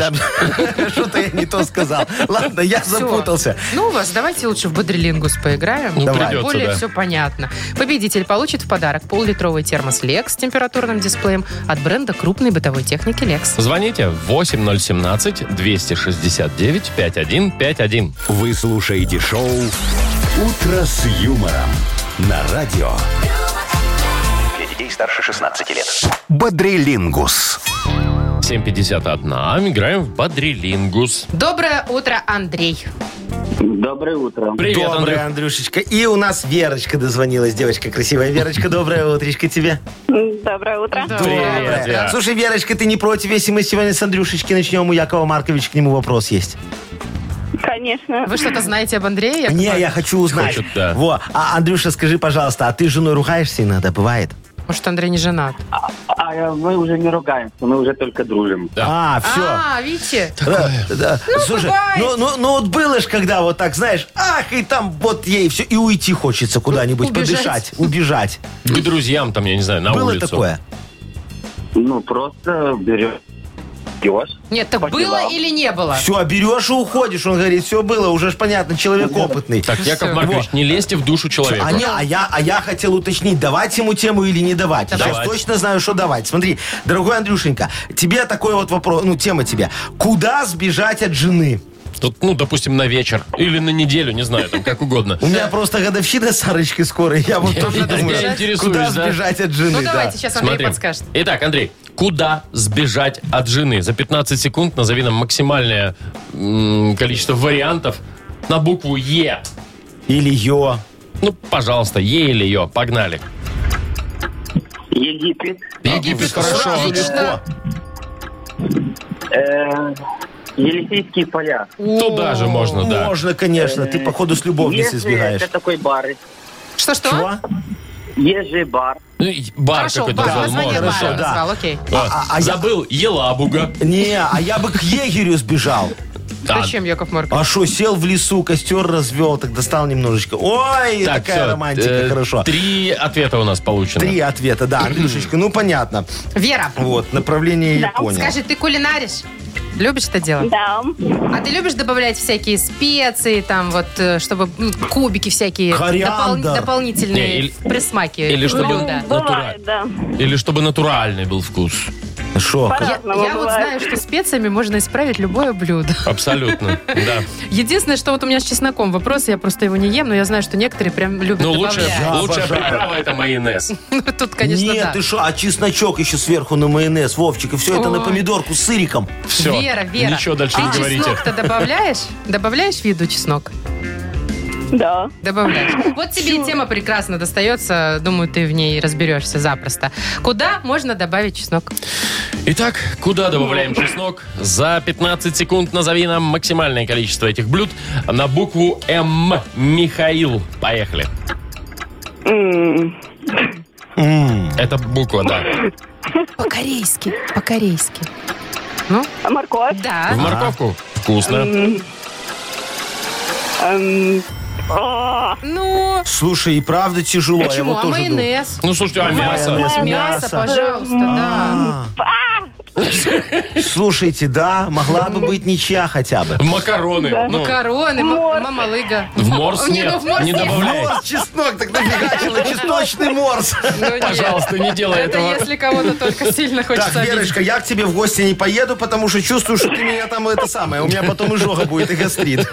Speaker 3: (laughs) Что-то я не то сказал. Ладно, я
Speaker 2: Всё.
Speaker 3: запутался.
Speaker 2: Ну, у вас, давайте лучше в бодрилингус поиграем.
Speaker 1: Ну,
Speaker 3: Давай.
Speaker 1: придется,
Speaker 2: Более
Speaker 1: да.
Speaker 2: все понятно. Победитель получит в подарок пол-литровый термос Lex с температурным дисплеем от бренда крупной бытовой техники Lex.
Speaker 1: Звоните 8017-269-5151.
Speaker 4: Вы слушаете шоу «Утро с юмором» на радио.
Speaker 6: Для детей старше 16 лет.
Speaker 4: Бодрилингус.
Speaker 1: 7.51. Играем в Бодрилингус.
Speaker 2: Доброе утро, Андрей.
Speaker 7: Доброе утро.
Speaker 1: Привет, Андрей.
Speaker 3: Доброе, Андрюшечка. И у нас Верочка дозвонилась. Девочка красивая.
Speaker 1: (laughs)
Speaker 3: Верочка, доброе утречко тебе.
Speaker 5: Доброе утро.
Speaker 1: Привет, Вера.
Speaker 3: Слушай, Верочка, ты не против, если мы сегодня с Андрюшечки начнем? У Якова Марковича к нему вопрос есть.
Speaker 5: Конечно.
Speaker 2: Вы что-то знаете об Андрее? Яков
Speaker 3: Не,
Speaker 2: Маркович?
Speaker 3: я хочу узнать.
Speaker 1: Хочет, да.
Speaker 3: Во. А, Андрюша, скажи, пожалуйста, а ты с женой ругаешься иногда? Бывает?
Speaker 2: Может, Андрей не женат?
Speaker 7: А э, мы уже не ругаемся, мы уже только дружим.
Speaker 1: Да.
Speaker 3: А, все.
Speaker 2: А, видите?
Speaker 3: Да. Слушай,
Speaker 2: бывает.
Speaker 3: ну, ну, ну вот было ж, когда вот так, знаешь, ах, и там вот ей все, и уйти хочется куда-нибудь,
Speaker 2: Убежать.
Speaker 3: подышать, убежать.
Speaker 1: К друзьям там, я не знаю, на
Speaker 3: было
Speaker 1: улицу.
Speaker 3: такое?
Speaker 7: Ну, просто берешь, идешь.
Speaker 2: Нет, так
Speaker 7: По
Speaker 2: было
Speaker 7: делам.
Speaker 2: или не
Speaker 1: А.
Speaker 2: было?
Speaker 3: Все, берешь а и уходишь, он говорит, все было, уже ж понятно, человек опытный.
Speaker 1: Так, Яков
Speaker 2: Всё.
Speaker 1: Маркович, не лезьте в душу человека.
Speaker 3: А, не, а, я, а я хотел уточнить, давать ему тему или не давать. Я
Speaker 1: Давать.
Speaker 3: Сейчас точно знаю, что давать. Смотри, дорогой Андрюшенька, тебе такой вот вопрос, ну, тема тебе. Куда сбежать от жены?
Speaker 1: Тут, ну, допустим, на вечер или на неделю, не знаю, там как угодно.
Speaker 3: У меня просто годовщина Сарочки скоро, и я вот тоже
Speaker 1: я
Speaker 3: думаю,
Speaker 1: интересуюсь,
Speaker 3: куда
Speaker 1: да.
Speaker 3: сбежать от жены.
Speaker 2: Ну,
Speaker 3: да.
Speaker 2: давайте, сейчас Андрей
Speaker 1: Смотри.
Speaker 2: подскажет.
Speaker 1: Итак, Андрей, куда сбежать от жены? За 15 секунд назови нам максимальное м, количество вариантов на букву Е.
Speaker 3: Или ее.
Speaker 1: Ну, пожалуйста, Е или Ё. Погнали.
Speaker 7: Египет,
Speaker 1: Египет, хорошо.
Speaker 2: Отлично.
Speaker 7: э, Елисейские поля.
Speaker 1: Туда же можно, Ну, да.
Speaker 3: Можно, конечно. Ты, походу, с любовницей
Speaker 7: Если
Speaker 3: сбегаешь.
Speaker 7: это такой бар.
Speaker 2: Что-что?
Speaker 3: Чего?
Speaker 7: Ежи бар.
Speaker 1: Ну, и Бар
Speaker 2: Хорошо,
Speaker 1: какой-то
Speaker 2: бар,
Speaker 1: назвал,
Speaker 2: название
Speaker 1: можно.
Speaker 3: хорошо,
Speaker 2: бара
Speaker 3: да.
Speaker 2: назвал, окей.
Speaker 1: А,
Speaker 3: а я-
Speaker 1: Забыл Елабуга.
Speaker 3: Не, а я бы к егерю сбежал.
Speaker 1: А,
Speaker 2: Зачем, Яков Маркович?
Speaker 3: А что, сел в лесу, костер развел, так достал немножечко. Ой,
Speaker 1: так,
Speaker 3: такая
Speaker 1: всё,
Speaker 3: романтика,
Speaker 1: э,
Speaker 3: хорошо. Три...
Speaker 1: Три ответа у нас получено.
Speaker 3: ответа, (clears throat) да, Андрюшечка, ну понятно.
Speaker 2: Вера,
Speaker 3: Вот, направление я понял.
Speaker 2: скажи, ты кулинаришь? Любишь это дело?
Speaker 5: Да.
Speaker 2: А ты любишь добавлять всякие специи, там вот, э, чтобы м, кубики всякие,
Speaker 3: Кориандр.
Speaker 2: дополнительные
Speaker 1: Не, или-
Speaker 2: присмаки
Speaker 1: или чтобы-
Speaker 2: блюда?
Speaker 1: Ну,
Speaker 5: Бывает, да.
Speaker 1: Или чтобы натуральный был вкус.
Speaker 3: Шо,
Speaker 2: Я,
Speaker 5: По-разному
Speaker 2: я вот
Speaker 5: бывает.
Speaker 2: знаю, что специями можно исправить любое блюдо. (laughs)
Speaker 1: Абсолютно, да.
Speaker 2: Единственное, что вот у меня с чесноком вопрос, я просто его не ем, но я знаю, что некоторые прям любят
Speaker 1: Ну, лучшая,
Speaker 2: добавлять.
Speaker 3: Я
Speaker 1: лучшая
Speaker 3: обожаю.
Speaker 1: приправа это майонез.
Speaker 2: (laughs) Ну, Тут, конечно,
Speaker 3: Нет,
Speaker 2: да.
Speaker 3: ты что, а чесночок еще сверху на майонез, Вовчик, и все это на
Speaker 2: Ой.
Speaker 3: помидорку с сыриком.
Speaker 1: Все.
Speaker 2: Вера, Вера,
Speaker 1: Ничего дальше
Speaker 2: ты
Speaker 1: не говорите.
Speaker 2: А чеснок-то добавляешь? Добавляешь в еду чеснок?
Speaker 5: Да.
Speaker 2: Добавляешь. Вот тебе и тема прекрасно достается. Думаю, ты в ней разберешься запросто. Куда можно добавить чеснок?
Speaker 1: Итак, куда добавляем чеснок? За 15 секунд назови нам максимальное количество этих блюд на букву М. Михаил. Поехали.
Speaker 5: М,
Speaker 1: Это буква, да.
Speaker 2: По-корейски. По-корейски. Ну,
Speaker 5: а Морковь.
Speaker 1: В
Speaker 2: да.
Speaker 1: морковку? Вкусно.
Speaker 5: Эм, а,
Speaker 2: Ну,
Speaker 3: Слушай, и правда тяжело. я
Speaker 2: почему?
Speaker 3: вот
Speaker 2: А
Speaker 3: тоже думаю.
Speaker 2: майонез?
Speaker 1: Ну, слушайте, а мясо?
Speaker 3: Майонез.
Speaker 2: Мясо,
Speaker 3: Мясо.
Speaker 2: пожалуйста, да.
Speaker 3: А. Слушайте, да, могла бы быть ничья хотя бы.
Speaker 1: Макароны. Ну,
Speaker 2: Макароны, ма-
Speaker 5: Морс.
Speaker 2: мамалыга.
Speaker 1: в морс
Speaker 2: Не, ну,
Speaker 1: нет.
Speaker 2: в морс
Speaker 1: Не
Speaker 2: нет.
Speaker 1: добавляй.
Speaker 3: Морс, чеснок, так нафигачила, чесночный морс.
Speaker 2: Ну, нет.
Speaker 1: Пожалуйста, не делай
Speaker 2: Это
Speaker 1: этого.
Speaker 2: если кого-то только сильно
Speaker 3: Так,
Speaker 2: хочется обидеть.
Speaker 3: Верочка, я к тебе в гости не поеду, потому что чувствую, что ты меня там это самое. У меня потом изжога будет и гастрит.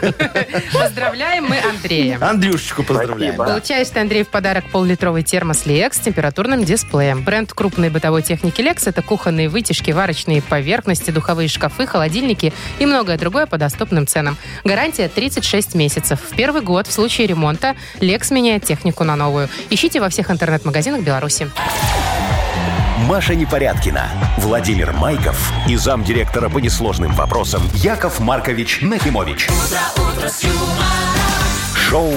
Speaker 2: Поздравляем мы Андрея.
Speaker 3: Андрюшечку поздравляем. да.
Speaker 2: Получаешь ты, Андрей, в подарок пол-литровый термос Lex с температурным дисплеем. Бренд крупной бытовой техники Lex – это кухонные вытяжки, варочные поверхности, духовые шкафы, холодильники и многое другое по доступным ценам. Гарантия 36 месяцев. В первый год в случае ремонта Lex меняет технику на новую. Ищите во всех интернет-магазинах Беларуси.
Speaker 4: Маша Непорядкина, Владимир Майков и замдиректора по несложным вопросам Яков Маркович Нахимович. Шоу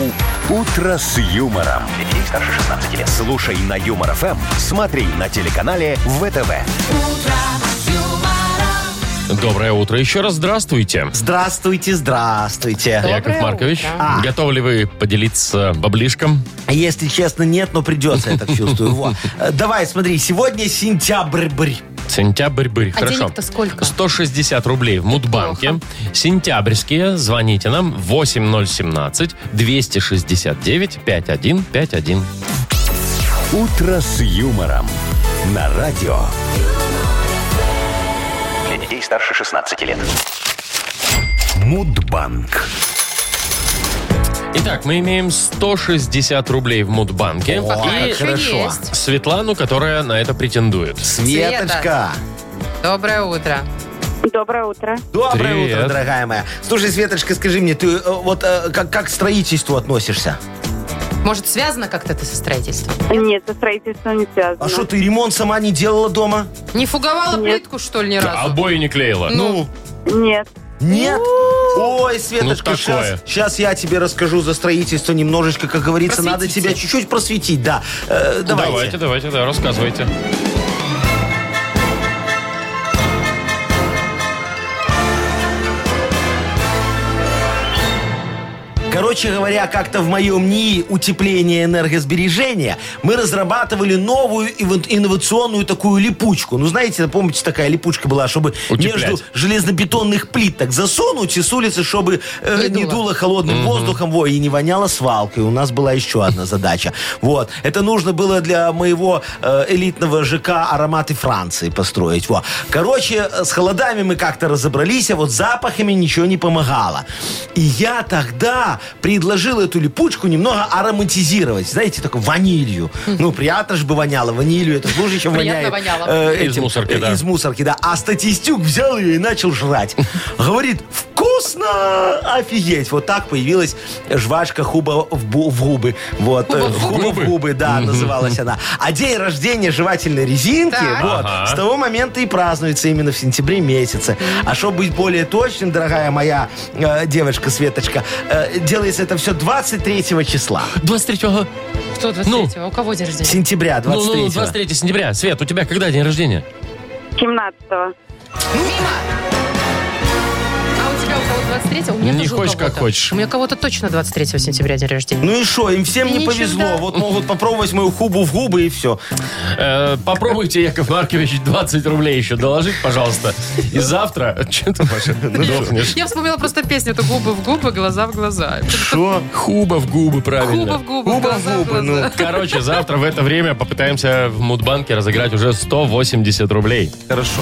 Speaker 4: Утро с юмором. Детей старше 16 лет. Слушай на юмор ФМ, смотри на телеканале ВТВ.
Speaker 1: Доброе утро. Еще раз здравствуйте.
Speaker 3: Здравствуйте, здравствуйте.
Speaker 2: Доброе
Speaker 1: Яков Маркович,
Speaker 2: утро.
Speaker 3: А.
Speaker 1: готовы ли вы поделиться баблишком?
Speaker 3: Если честно, нет, но придется, я так чувствую. Во. Э, Давай, смотри, сегодня сентябрь-брь.
Speaker 1: Сентябрь-бырь.
Speaker 2: А
Speaker 1: Хорошо.
Speaker 2: денег-то сколько?
Speaker 1: 160 рублей в Мудбанке. Сентябрьские. Звоните нам 8017-269-5151.
Speaker 4: «Утро с юмором» на радио.
Speaker 6: Для детей старше 16 лет.
Speaker 4: Мудбанк.
Speaker 1: Итак, мы имеем 160 рублей в Мудбанке.
Speaker 3: О,
Speaker 2: Пока
Speaker 1: и
Speaker 3: как
Speaker 2: еще
Speaker 3: хорошо.
Speaker 2: есть.
Speaker 1: Светлану, которая на это претендует.
Speaker 3: Светочка.
Speaker 2: Доброе утро.
Speaker 5: Доброе утро.
Speaker 3: Доброе
Speaker 1: Привет.
Speaker 3: утро, дорогая моя. Слушай, Светочка, скажи мне, ты э, вот э, как, как к строительству относишься?
Speaker 2: Может, связано как-то это со строительством?
Speaker 5: Нет, со строительством не связано.
Speaker 3: А что, ты ремонт сама не делала дома?
Speaker 2: Не фуговала
Speaker 5: Нет.
Speaker 2: плитку, что ли, ни разу?
Speaker 1: Обои А не клеила.
Speaker 2: Ну.
Speaker 5: Нет.
Speaker 3: Нет? Ой, Светочка,
Speaker 1: Ну, такое.
Speaker 3: сейчас, я тебе расскажу за строительство немножечко, как говорится, надо
Speaker 2: Просветите.
Speaker 3: тебя чуть-чуть просветить, да. Э, давайте.
Speaker 1: давайте, давайте, да, рассказывайте.
Speaker 3: Короче говоря, как-то в моем НИИ утепления и энергосбережения мы разрабатывали новую ивен- инновационную такую липучку. Ну, знаете, помните, такая липучка была, чтобы
Speaker 1: Утеплять.
Speaker 3: между железнобетонных плит так засунуть и с улицы, чтобы э,
Speaker 2: Не
Speaker 3: не
Speaker 2: дуло.
Speaker 3: дуло холодным воздухом, во, и не воняло свалкой. У нас была еще одна задача. Вот. Это нужно было для моего э, элитного ЖК «Ароматы Франции» построить. Во. Короче, э, с холодами мы как-то разобрались, а вот с запахами ничего не помогало. И я тогда предложил эту липучку немного ароматизировать. Знаете, такой ванилью. Ну, приятно же бы воняло. Ванилью это ж хуже, чем
Speaker 2: Хм. Приятно
Speaker 3: воняет.
Speaker 2: воняло.
Speaker 3: э,
Speaker 1: Из мусорки, да.
Speaker 3: Из мусорки, да. А статистюк взял ее и начал жрать. Говорит, вкусно! Офигеть! Вот так появилась жвачка хуба в, бу- в губы. Вот. э,
Speaker 2: Хуба в
Speaker 3: Хуба в губы, да, называлась она. А день рождения жевательной резинки,
Speaker 2: Так.
Speaker 3: вот,
Speaker 1: Ага.
Speaker 3: с того момента и празднуется именно в сентябре месяце. А чтобы быть более точным, дорогая моя э, девочка Светочка, э, делается это все 23 числа.
Speaker 1: 23
Speaker 2: Кто 23-го? У кого день рождения?
Speaker 3: Сентября,
Speaker 1: Ну,
Speaker 3: 23
Speaker 1: ну, 23 сентября. Свет, у тебя когда день рождения?
Speaker 5: 17
Speaker 2: Мимо! А у тебя у кого 23 У меня
Speaker 1: Не
Speaker 2: тоже у
Speaker 1: хочешь, как
Speaker 2: кого-то.
Speaker 1: хочешь.
Speaker 2: У меня кого-то точно 23 сентября день рождения.
Speaker 3: Ну и что, им всем
Speaker 2: И
Speaker 3: не
Speaker 2: ничего,
Speaker 3: повезло.
Speaker 2: да.
Speaker 3: Вот могут попробовать мою хубу в губы и все.
Speaker 1: Э, попробуйте, Яков Маркович, 20 рублей еще доложить, пожалуйста. И завтра... Че ты, Маша,
Speaker 3: Ну
Speaker 1: дохнешь?
Speaker 2: Я вспомнила просто песню. Это губы в губы, глаза в глаза.
Speaker 3: Что?
Speaker 1: Хуба в губы, правильно.
Speaker 2: Губы в губы,
Speaker 3: Губы в
Speaker 2: глаза в
Speaker 3: губы, ну.
Speaker 2: глаза.
Speaker 1: Короче, завтра в это время попытаемся в Мудбанке разыграть уже 180 рублей.
Speaker 3: Хорошо.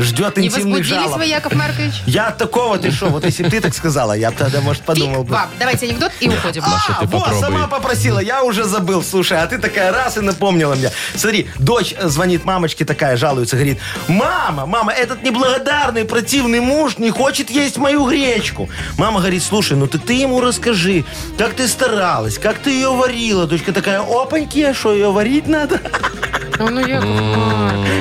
Speaker 3: Ждет
Speaker 2: Не
Speaker 3: интимных
Speaker 2: возбудились
Speaker 3: жалоб.
Speaker 2: вы, Яков Маркович?
Speaker 3: Я от такого, ты что, вот если бы ты так сказала, я б тогда, может, подумал
Speaker 2: Фиг
Speaker 3: бы.
Speaker 2: вам. Давайте анекдот и уходим.
Speaker 1: Маша, ты
Speaker 3: А, вот,
Speaker 1: попробуй.
Speaker 3: сама попросила, я уже забыл, слушай, а ты такая раз и напомнила мне. Смотри, дочь э, звонит мамочке такая, жалуется, говорит, мама, мама, этот неблагодарный, противный муж не хочет есть мою гречку. Мама говорит, слушай, ну ты, ты ему расскажи, как ты старалась, как ты ее варила. Дочка такая, опаньки, что ее варить надо?
Speaker 2: Ну, ну, Яков Маркович,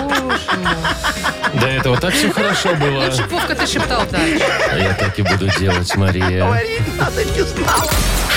Speaker 2: боже мой.
Speaker 1: До этого так все хорошо было.
Speaker 2: Лучше Вовка ты шептал дальше.
Speaker 1: Я так и буду делать, Мария.
Speaker 3: Варить надо, не знала.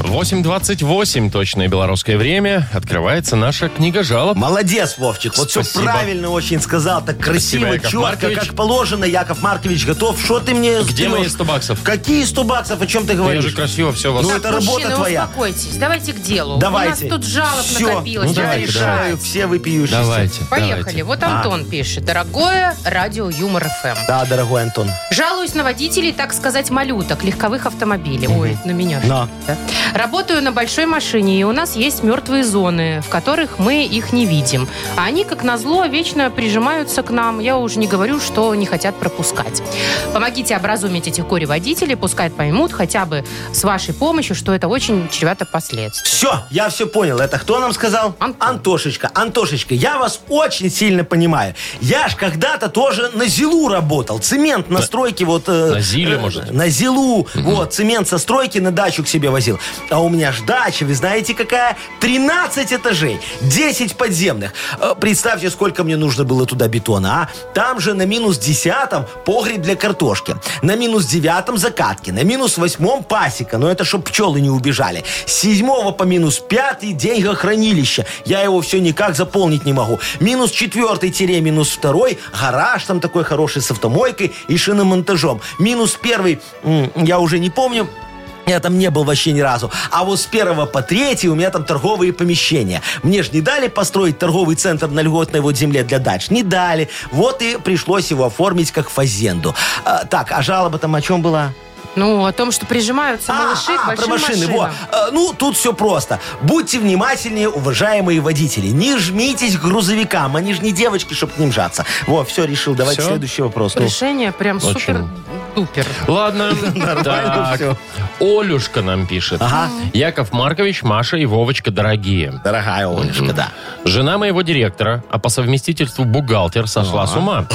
Speaker 1: 8.28 точное белорусское время. Открывается наша книга жалоб.
Speaker 3: (laughs) Молодец, Вовчик. Вот все
Speaker 1: Спасибо.
Speaker 3: правильно очень сказал. Так красиво,
Speaker 1: Спасибо, Яков
Speaker 3: четко,
Speaker 1: Маркович.
Speaker 3: как положено. Яков Маркович готов. Что ты мне
Speaker 1: Где
Speaker 3: стрёшь?
Speaker 1: мои 100 баксов?
Speaker 3: Какие 100 баксов? О чем ты
Speaker 1: Я
Speaker 3: говоришь?
Speaker 1: же красиво все вас...
Speaker 3: Ну, это работа
Speaker 2: Мужчины,
Speaker 3: твоя.
Speaker 2: успокойтесь, давайте к делу.
Speaker 3: Давайте.
Speaker 2: У нас тут жалоб
Speaker 3: Всё,
Speaker 2: накопилось,
Speaker 1: ну,
Speaker 2: надо
Speaker 3: я
Speaker 1: давайте,
Speaker 2: решать.
Speaker 3: решаю все выпиющиеся.
Speaker 1: Давайте,
Speaker 2: Поехали.
Speaker 1: давайте.
Speaker 2: Вот Антон пишет. Дорогое радио Юмор ФМ.
Speaker 3: Да, дорогой Антон.
Speaker 2: Жалуюсь на водителей, так сказать, малюток, легковых автомобилей. Ой, на меня. же.
Speaker 3: На.
Speaker 2: Да. Работаю на большой машине, и у нас есть мертвые зоны, в которых мы их не видим. А они, как назло, вечно прижимаются к нам. Я уже не говорю, что не хотят пропускать. Помогите образумить этих горе-водителей, пускай поймут хотя бы с вашей помощью, что это очень чревато последствий.
Speaker 3: Все, я все понял. Это кто нам сказал?
Speaker 2: Антон.
Speaker 3: Антошечка, Антошечка, я вас очень сильно понимаю. Я ж когда-то тоже на ЗИЛу работал. Цемент на стройке вот... э,
Speaker 1: На ЗИЛе,
Speaker 3: э,
Speaker 1: может?
Speaker 3: На ЗИЛу. Вот, цемент со стройки на дачу к себе возил. А у меня ж дача, вы знаете, какая? 13 этажей, 10 подземных. Э, Представьте, сколько мне нужно было туда бетона, а? Там же на минус 10 погреб для картошки. На минус 9 закатки. На минус 8 пасека. Но это чтоб пчелы не убежали. С 7 по минус 5 деньгохранилище. Я его все никак заполнить не могу. Минус 4 тире минус 2 гараж там такой хороший с автомойкой и шиномонтажом. Минус 1 я уже не помню. Я там не был вообще ни разу. А вот с первого по третий у меня там торговые помещения. Мне же не дали построить торговый центр на льготной вот земле для дач. Не дали. Вот и пришлось его оформить как фазенду. А, так, а жалоба там о чем была?
Speaker 2: Ну, о том, что прижимаются малыши к большим
Speaker 3: А, про машины.
Speaker 2: машинам.
Speaker 3: Во. Э, Ну, тут все просто. Будьте внимательнее, уважаемые водители. Не жмитесь к грузовикам. Они же не девочки, чтобы к ним жаться. Во, все, решил. Давайте
Speaker 1: Всё?
Speaker 3: следующий вопрос. Ну,
Speaker 2: Решение прям
Speaker 1: Очень.
Speaker 2: супер-дупер.
Speaker 1: Ладно.
Speaker 3: (laughs)
Speaker 1: Так.
Speaker 3: всё.
Speaker 1: Олюшка нам пишет.
Speaker 3: Ага.
Speaker 1: Яков Маркович, Маша и Вовочка дорогие.
Speaker 3: Дорогая Олечка, да.
Speaker 1: Жена моего директора, а по совместительству бухгалтер, сошла с ума.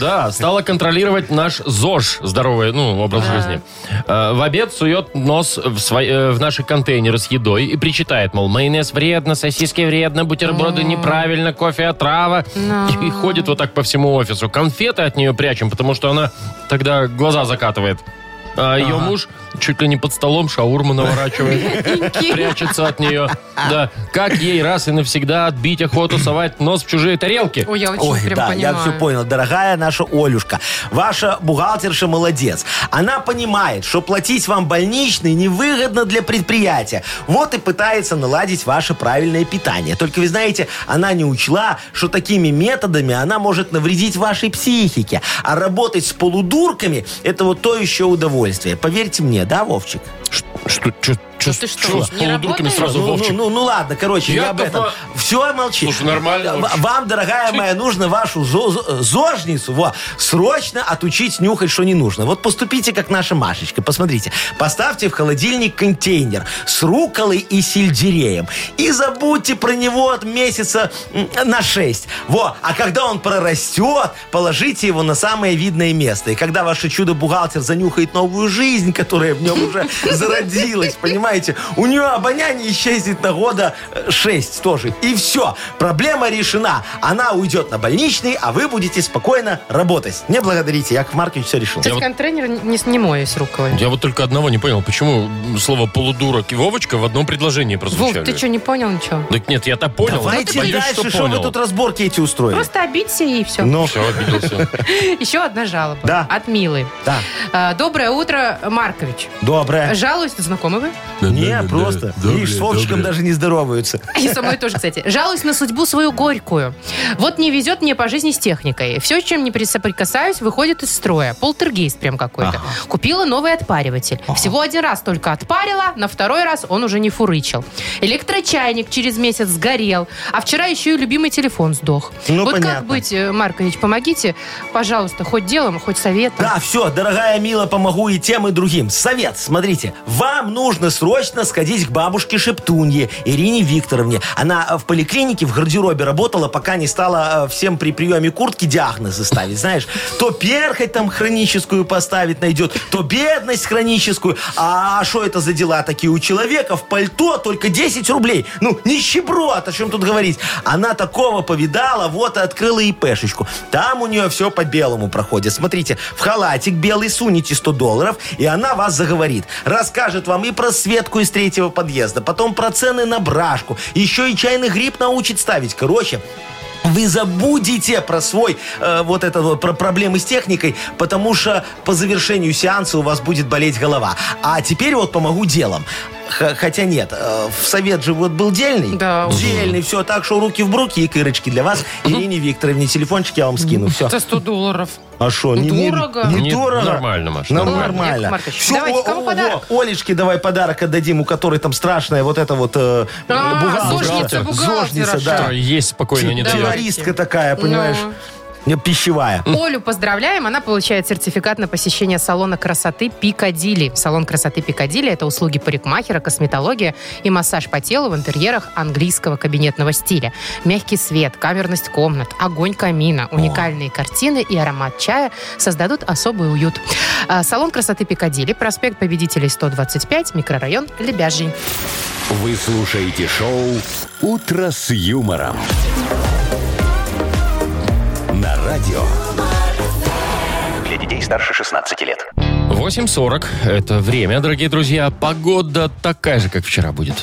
Speaker 1: Да, стала контролировать наш ЗОЖ, здоровый ну, образ жизни. Э, В обед сует нос в, свои- э, в наши контейнеры с едой и причитает, мол, майонез вредно, сосиски вредно, бутерброды неправильно, кофе отрава. (laughs) И ходит вот так по всему офису. Конфеты от нее прячем, потому что она тогда глаза закатывает. А ее муж чуть ли не под столом шаурму наворачивает прячется от нее. Да. Как ей раз и навсегда отбить охоту совать нос в чужие тарелки?
Speaker 2: Ой, я очень
Speaker 3: Ой,
Speaker 2: прям
Speaker 3: да,
Speaker 2: понимаю.
Speaker 3: я все понял. Дорогая наша Олюшка, ваша бухгалтерша молодец. Она понимает, что платить вам больничный невыгодно для предприятия. Вот и пытается наладить ваше правильное питание. Только вы знаете, она не учла, что такими методами она может навредить вашей психике. А работать с полудурками – это вот то еще удовольствие. Поверьте мне, да, Вовчик?
Speaker 1: Что, чё- чё-
Speaker 2: ты что,
Speaker 1: чё с
Speaker 2: не
Speaker 1: полудурками
Speaker 2: работаешь?
Speaker 1: сразу,
Speaker 3: ну,
Speaker 1: Вовчик?
Speaker 3: Ну, ну, ну ладно, короче, я,
Speaker 1: Я-то
Speaker 3: об этом.
Speaker 1: во-
Speaker 3: Все, молчи.
Speaker 1: Слушай, нормально,
Speaker 3: В-
Speaker 1: Вовчик.
Speaker 3: Вам, дорогая моя, нужно вашу зо- зо- зожницу во, срочно отучить нюхать, что не нужно. Вот поступите, как наша Машечка. Посмотрите. Поставьте в холодильник контейнер с руколой и сельдереем. И забудьте про него от месяца м, на 6. Во. А когда он прорастет, положите его на самое видное место. И когда ваше чудо-бухгалтер занюхает новую жизнь, которая в нем уже зародилась, понимаете, у нее обоняние исчезнет на года 6 тоже. И все. Проблема решена. Она уйдет на больничный, а вы будете спокойно работать. Не благодарите. Яков Маркович все решил.
Speaker 2: Кстати, контрейнер не, не мой с рукой.
Speaker 1: Я вот только одного не понял, почему слово полудурок и Вовочка в одном предложении прозвучали.
Speaker 2: Вов, ты что, не понял
Speaker 3: Ну.
Speaker 2: ничего?
Speaker 1: Так нет, я-то понял.
Speaker 3: Давайте
Speaker 1: Боюсь,
Speaker 3: дальше, что
Speaker 1: понял.
Speaker 3: вы тут разборки эти устроили.
Speaker 2: Просто обидься и все.
Speaker 3: Ну,
Speaker 1: Все, обиделся.
Speaker 2: Еще одна жалоба.
Speaker 3: Да.
Speaker 2: От Милы.
Speaker 3: да.
Speaker 2: А, Доброе утро, Маркович.
Speaker 3: Доброе.
Speaker 2: Жалуюсь, знакомы вы?
Speaker 3: (laughs) Не, просто. Видишь, с Вовчиком даже не здороваются.
Speaker 2: И со мной тоже, кстати. Жалуюсь на судьбу свою горькую. Вот не везет мне по жизни с техникой. Все, с чем не присоприкасаюсь, выходит из строя. Полтергейст прям какой-то. Купила новый отпариватель. Всего один раз только отпарила, на второй раз он уже не фурычил. Электрочайник через месяц сгорел, а вчера еще и любимый телефон сдох.
Speaker 3: Ну,
Speaker 2: вот как
Speaker 3: понятно.
Speaker 2: быть, э, Маркович, помогите, пожалуйста, хоть делом, хоть советом.
Speaker 3: Да, все, дорогая Мила, помогу и тем, и другим. Совет, смотрите, вам нужно срочно сходить к бабушке Шептунье Ирине Викторовне. Она э, в поликлинике в гардеробе работала, пока не стала э, всем при приеме куртки диагнозы ставить, знаешь. То перхоть там хроническую поставить найдет, то бедность хроническую. А что это за дела такие у человека? В пальто только 10 рублей. Ну, нищеброд, о чем тут говорить. Она такого повидала, вот и открыла ИПшечку. Там у нее все по белому проходит. Смотрите, в халатик белый сунете 100 долларов, и она вас заговорит. Расскажет вам и про Светку из третьего подъезда, потом про цены на брашку, еще и чайный гриб научит ставить. Короче, вы забудете про свой э, вот это вот про проблемы с техникой, потому что по завершению сеанса у вас будет болеть голова. А теперь вот помогу делом. Х- хотя нет, э, в совет же вот был дельный.
Speaker 2: Да.
Speaker 3: Дельный, все, так что руки в бруки и кырочки для вас. Ирине Викторовне, телефончик я вам скину. Все.
Speaker 2: За 100 долларов.
Speaker 3: А что, не, не-
Speaker 2: Дорого.
Speaker 3: не
Speaker 1: Не-
Speaker 3: дорого?
Speaker 1: нормально, Маш,
Speaker 3: Ну,
Speaker 1: нормально.
Speaker 2: Яков
Speaker 3: нормально.
Speaker 2: Маркович,
Speaker 3: Всё,
Speaker 2: давайте,
Speaker 3: о-
Speaker 2: кому
Speaker 3: о-
Speaker 2: подарок?
Speaker 3: о, Олечке давай подарок отдадим, у которой там страшная вот эта вот э,
Speaker 2: А,
Speaker 3: бухгалтерша.
Speaker 2: зожница бухгалтера,
Speaker 3: Зожница, да.
Speaker 2: что
Speaker 1: Которая Есть спокойно, а не
Speaker 2: Давай.
Speaker 1: дает.
Speaker 3: Террористка
Speaker 2: Ну.
Speaker 3: такая, понимаешь? Не, Пищевая.
Speaker 2: Олю поздравляем. Она получает сертификат на посещение салона красоты Пикадилли. Салон красоты Пикадилли – это услуги парикмахера, косметология и массаж по телу в интерьерах английского кабинетного стиля. Мягкий свет, камерность комнат, огонь камина, уникальные картины и аромат чая создадут особый уют. А, Салон красоты Пикадилли, проспект Победителей 125, микрорайон Лебяжий.
Speaker 4: Вы слушаете шоу «Утро с юмором». На радио.
Speaker 6: Для детей старше 16 лет.
Speaker 1: 8.40. Это время, дорогие друзья. Погода такая же, как вчера будет.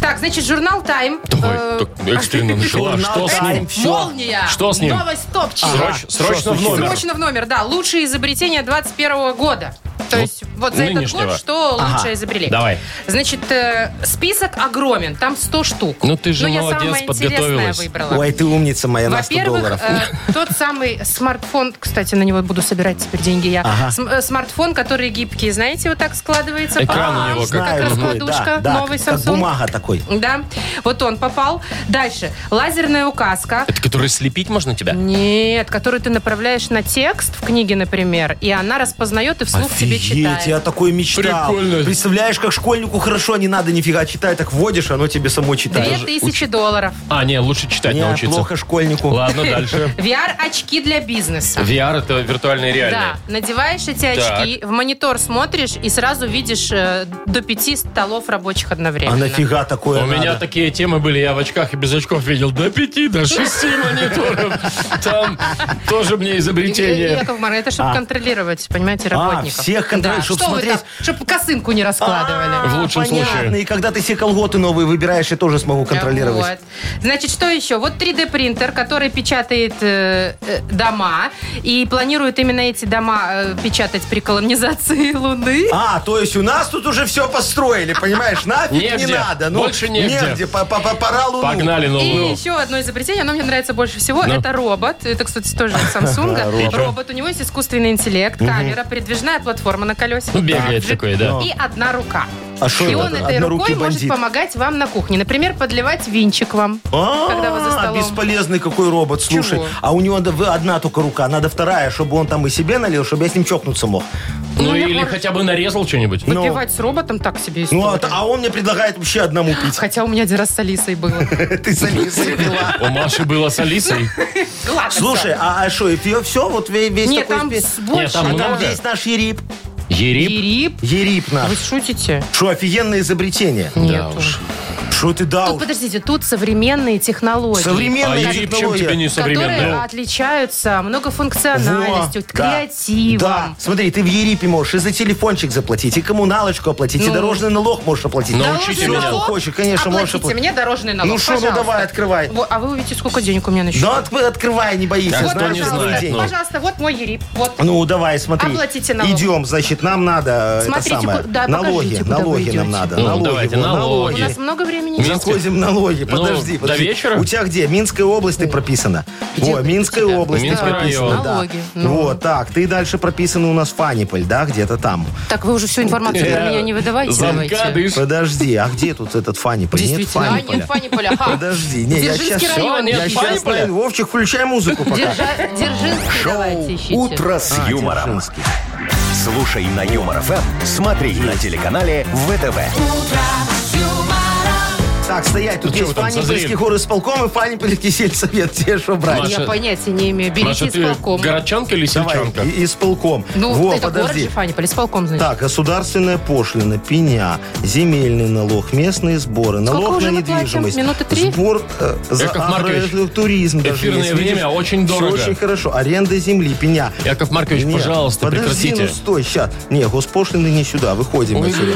Speaker 2: Так, значит, журнал «Тайм». Э,
Speaker 1: Давай, так
Speaker 2: (laughs)
Speaker 1: экстренно начала. Что с ним?
Speaker 3: Всё.
Speaker 2: Молния!
Speaker 1: Что с ним?
Speaker 2: Новость топчик.
Speaker 1: Сроч- Срочно в номер.
Speaker 2: Срочно в номер, да. Лучшее изобретение 21 года. То есть вот за этот
Speaker 1: Ну, нынешнего.
Speaker 2: год что
Speaker 3: Ага.
Speaker 2: лучше изобрели.
Speaker 1: Давай.
Speaker 2: Значит, э, список огромен, там 100 штук.
Speaker 1: Ну, ты же
Speaker 2: Но я
Speaker 1: молодец,
Speaker 2: самое интересное
Speaker 1: подготовилась.
Speaker 2: выбрала.
Speaker 3: Ой, ты умница моя на 100
Speaker 2: Ну. Во-первых,
Speaker 3: долларов.
Speaker 2: э, тот самый смартфон, кстати, на него буду собирать теперь деньги я. См- э, смартфон, который гибкий, знаете, вот так складывается.
Speaker 1: Экран у
Speaker 2: Пам,
Speaker 1: него как-
Speaker 2: как
Speaker 3: Знаю, такой,
Speaker 2: раскладушка,
Speaker 3: да, да,
Speaker 2: новый
Speaker 3: как- как
Speaker 2: Samsung.
Speaker 3: бумага такой.
Speaker 2: Да, вот он попал. Дальше, лазерная указка.
Speaker 1: Это который слепить можно тебя?
Speaker 2: Нет, которую ты направляешь на текст в книге, например, и она распознает и вслух тебе
Speaker 3: Офигеть, я
Speaker 2: читает.
Speaker 3: такой мечтал.
Speaker 1: Прикольно.
Speaker 3: Представляешь, как школьнику хорошо, а не надо нифига читать, так вводишь, оно тебе само читает.
Speaker 2: Две тысячи долларов.
Speaker 1: А, не, лучше читать
Speaker 3: Не,
Speaker 1: научиться.
Speaker 3: плохо школьнику.
Speaker 1: Ладно,
Speaker 2: (laughs)
Speaker 1: дальше.
Speaker 2: VR-очки для бизнеса.
Speaker 1: VR это виртуальная
Speaker 2: Да,
Speaker 1: реальность.
Speaker 2: надеваешь эти очки, в монитор смотришь и сразу видишь э, до пяти столов рабочих
Speaker 3: А
Speaker 2: одновременно.
Speaker 3: нафига такое
Speaker 1: У меня
Speaker 3: надо?
Speaker 1: такие темы были, я в очках и без очков видел до пяти, до шести мониторов. Там тоже мне
Speaker 2: Э,
Speaker 1: изобретение.
Speaker 2: Яков Маркович, это чтобы контролировать, понимаете,
Speaker 3: А,
Speaker 2: работников.
Speaker 3: всех контролировать,
Speaker 2: Да,
Speaker 3: чтоб
Speaker 2: что вы
Speaker 3: смотреть.
Speaker 2: там, Чтобы косынку не раскладывали.
Speaker 1: В лучшем
Speaker 3: А, Понятно,
Speaker 1: случае.
Speaker 3: и когда ты себе колготы новые выбираешь, я тоже смогу контролировать.
Speaker 2: Вот. Значит, что еще? Вот 3D-принтер, который печатает э, э, дома и планирует именно эти дома э, печатать при колонизации (laughs) Луны.
Speaker 3: А, то есть у нас тут уже все построили,
Speaker 1: (laughs)
Speaker 3: понимаешь? Нафиг
Speaker 1: Негде.
Speaker 3: не надо. Ну,
Speaker 1: Больше негде.
Speaker 3: по- по- по- Пора луну.
Speaker 1: Погнали ну, на
Speaker 2: И
Speaker 3: ну.
Speaker 1: луну.
Speaker 2: еще одно изобретение, оно мне нравится больше всего,
Speaker 1: Ну.
Speaker 2: это робот. Это, кстати, тоже
Speaker 3: (laughs)
Speaker 2: от Samsung. Робот, у него есть искусственный интеллект, камера, передвижная платформа на колесах.
Speaker 1: Ну, бегает такой, да.
Speaker 2: И одна рука.
Speaker 3: А что
Speaker 2: И
Speaker 3: это?
Speaker 2: он этой
Speaker 3: Однорукий
Speaker 2: рукой может
Speaker 3: бандит.
Speaker 2: помогать вам на кухне. Например, подливать винчик вам,
Speaker 3: А,
Speaker 2: когда вы за столом.
Speaker 3: бесполезный какой робот, слушай.
Speaker 2: Чего?
Speaker 3: А у него да, вы- одна только рука, надо вторая, чтобы он там и себе налил, чтобы я с ним чокнуться мог.
Speaker 1: Ну
Speaker 2: Ну, я
Speaker 1: или
Speaker 2: может-
Speaker 1: хотя бы нарезал что-нибудь.
Speaker 3: Ну.
Speaker 2: Выпивать с роботом так себе
Speaker 3: Ну, а,
Speaker 2: история.
Speaker 3: а он мне предлагает вообще одному пить.
Speaker 2: Хотя у меня один раз с Алисой было.
Speaker 3: (laughs) Ты сами сопила.
Speaker 1: У Маши было с Алисой.
Speaker 2: ну, Ладно,
Speaker 3: Слушай,
Speaker 2: всё.
Speaker 3: а что, и все, все, вот ве- весь
Speaker 2: Нет,
Speaker 3: такой...
Speaker 2: там
Speaker 3: спе-
Speaker 2: с- больше.
Speaker 1: Нет, там
Speaker 3: А там
Speaker 1: много.
Speaker 3: есть наш Ерип.
Speaker 1: Ерип?
Speaker 2: Ирип.
Speaker 3: Ерип
Speaker 2: Вы
Speaker 3: наш.
Speaker 2: шутите?
Speaker 3: Что, офигенное изобретение.
Speaker 1: Да уж.
Speaker 3: Что ты дал?
Speaker 2: Тут, подождите, тут современные технологии.
Speaker 1: А
Speaker 3: Современная
Speaker 1: Египет чем тебе не
Speaker 3: технология.
Speaker 2: Которые
Speaker 1: современная?
Speaker 2: отличаются многофункциональностью,
Speaker 3: Во, да,
Speaker 2: креативом.
Speaker 3: Да, смотри, ты в Ерипе можешь и за телефончик заплатить, и коммуналочку оплатить, и
Speaker 2: Ну.
Speaker 3: дорожный налог можешь оплатить.
Speaker 1: Ну,
Speaker 2: Дорожный
Speaker 1: Научите
Speaker 3: Всё,
Speaker 1: меня.
Speaker 3: что
Speaker 2: налог
Speaker 3: хочешь, конечно, можешь
Speaker 2: оплатите
Speaker 3: оплатить.
Speaker 2: мне дорожный налог,
Speaker 3: Ну что, ну
Speaker 2: пожалуйста.
Speaker 3: давай, открывай.
Speaker 2: Во, а вы увидите, сколько денег у меня на счету.
Speaker 3: Да, от- открывай, не боись.
Speaker 1: Так,
Speaker 3: я
Speaker 1: кто
Speaker 3: знаю,
Speaker 1: не
Speaker 3: что
Speaker 1: знает,
Speaker 3: твой
Speaker 2: пожалуйста,
Speaker 3: день.
Speaker 2: пожалуйста, вот мой ЕРИП. Вот.
Speaker 3: Ну, давай, смотри.
Speaker 2: Оплатите налог.
Speaker 3: Идем, значит, нам надо э,
Speaker 2: Смотрите,
Speaker 3: это самое.
Speaker 2: ку- да, покажите,
Speaker 3: налоги,
Speaker 2: куда вы
Speaker 3: налоги
Speaker 2: идете.
Speaker 3: нам надо.
Speaker 1: Ну,
Speaker 3: налоги,
Speaker 1: давайте,
Speaker 3: вот,
Speaker 1: налоги.
Speaker 2: У нас много времени?
Speaker 1: Минск. Ну,
Speaker 3: Заходим налоги, подожди,
Speaker 1: до
Speaker 3: подожди.
Speaker 1: вечера?
Speaker 3: У тебя где? Минская область ты прописана.
Speaker 2: Где
Speaker 3: О,
Speaker 2: у
Speaker 3: Минская
Speaker 2: тебя?
Speaker 3: область ты
Speaker 1: Минский
Speaker 3: прописана,
Speaker 1: район.
Speaker 3: да.
Speaker 2: Налоги, ну.
Speaker 3: Вот, так, ты дальше прописана у нас Фаниполь, да, где-то там.
Speaker 2: Так, вы уже всю
Speaker 1: Ну,
Speaker 2: информацию
Speaker 1: Э,
Speaker 2: про меня не выдавайте. давайте.
Speaker 1: Замкадыш.
Speaker 3: Подожди, а где тут этот Фаниполь? Нет
Speaker 2: Действительно. А, нет,
Speaker 3: Фаниполя.
Speaker 2: Фаниполя. ага.
Speaker 3: Подожди, не, я
Speaker 2: Дзержинский
Speaker 3: сейчас...
Speaker 2: район.
Speaker 1: Всё,
Speaker 3: Я
Speaker 1: нет,
Speaker 2: ищите.
Speaker 3: сейчас...
Speaker 1: Фаниполя?
Speaker 3: Вовчик, включай музыку пока.
Speaker 2: Держа- Дзержинский давайте ищите.
Speaker 4: Утро с
Speaker 3: А,
Speaker 4: юмором.
Speaker 3: Дзержинский.
Speaker 4: Слушай на Юмор ФМ, смотри на телеканале ВТВ.
Speaker 3: Так, стоять, тут
Speaker 1: Ну, чё
Speaker 3: есть
Speaker 1: вы там созрели?
Speaker 3: Фанипольский хор исполком и Фанипольский сельсовет. Тебе что брать?
Speaker 2: Я
Speaker 1: Маша-
Speaker 2: понятия не имею. Берите
Speaker 1: Маша, ты
Speaker 2: исполком.
Speaker 1: городчанка или
Speaker 3: Давай,
Speaker 1: сельчанка?
Speaker 3: и- исполком.
Speaker 2: Ну,
Speaker 3: Во,
Speaker 2: это город
Speaker 3: подожди.
Speaker 2: же Фаниполь, исполком, значит.
Speaker 3: Так, государственная пошлина, пеня, земельный налог, местные сборы,
Speaker 2: Сколько
Speaker 3: налог
Speaker 2: уже
Speaker 3: на
Speaker 2: мы платим?
Speaker 3: недвижимость.
Speaker 2: Минуты три?
Speaker 3: Сбор э, за
Speaker 1: Яков Маркович,
Speaker 3: туризм.
Speaker 1: эфирное время очень дорого.
Speaker 3: очень хорошо. Аренда земли, пеня.
Speaker 1: Яков Маркович,
Speaker 3: Не,
Speaker 1: пожалуйста,
Speaker 3: подожди,
Speaker 1: прекратите.
Speaker 3: ну стой, сейчас. Не, госпошлины не сюда, выходим отсюда.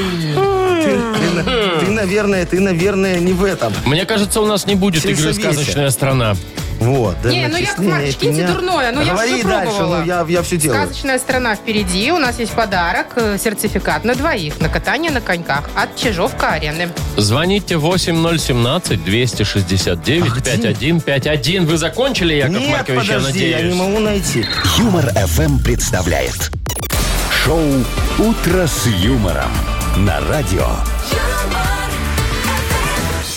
Speaker 3: Ты, ты на- ты, наверное, ты, наверное, не в этом.
Speaker 1: Мне кажется, у нас не будет игры
Speaker 3: Сельсовете.
Speaker 1: «Сказочная страна».
Speaker 3: Вот, да,
Speaker 2: Не, ну, Яков
Speaker 3: начисление,
Speaker 2: Маркович, киньте
Speaker 3: пеня.
Speaker 2: дурное, ну, я
Speaker 3: Говори
Speaker 2: всё
Speaker 3: дальше,
Speaker 2: пробовала.
Speaker 3: ну, я, я все делаю.
Speaker 2: Сказочная страна впереди. У нас есть подарок. э, Сертификат на двоих на катание на коньках от Чижовка арены.
Speaker 1: Звоните 8017-269-5151. Вы закончили, Яков
Speaker 3: Нет,
Speaker 1: Маркович, я
Speaker 3: подожди, я
Speaker 1: надеюсь?
Speaker 3: не могу найти.
Speaker 4: Юмор ФМ представляет шоу Утро с юмором на радио.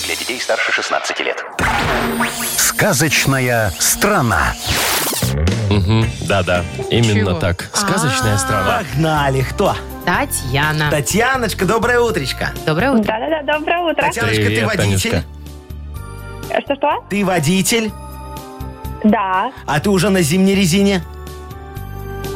Speaker 6: Для детей старше 16 лет.
Speaker 4: Сказочная страна.
Speaker 1: Мгм, Да-да, именно
Speaker 2: Чего? А.
Speaker 1: так. «Сказочная страна».
Speaker 3: Погнали, кто?
Speaker 2: Татьяна.
Speaker 3: Татьяночка, доброе утречко.
Speaker 2: Доброе утро.
Speaker 5: Да-да-да, доброе утро.
Speaker 3: Татьяночка, ты
Speaker 1: Привет,
Speaker 3: водитель?
Speaker 1: Танечка.
Speaker 5: Что-что?
Speaker 3: Ты водитель?
Speaker 5: Да.
Speaker 3: А ты уже на зимней резине?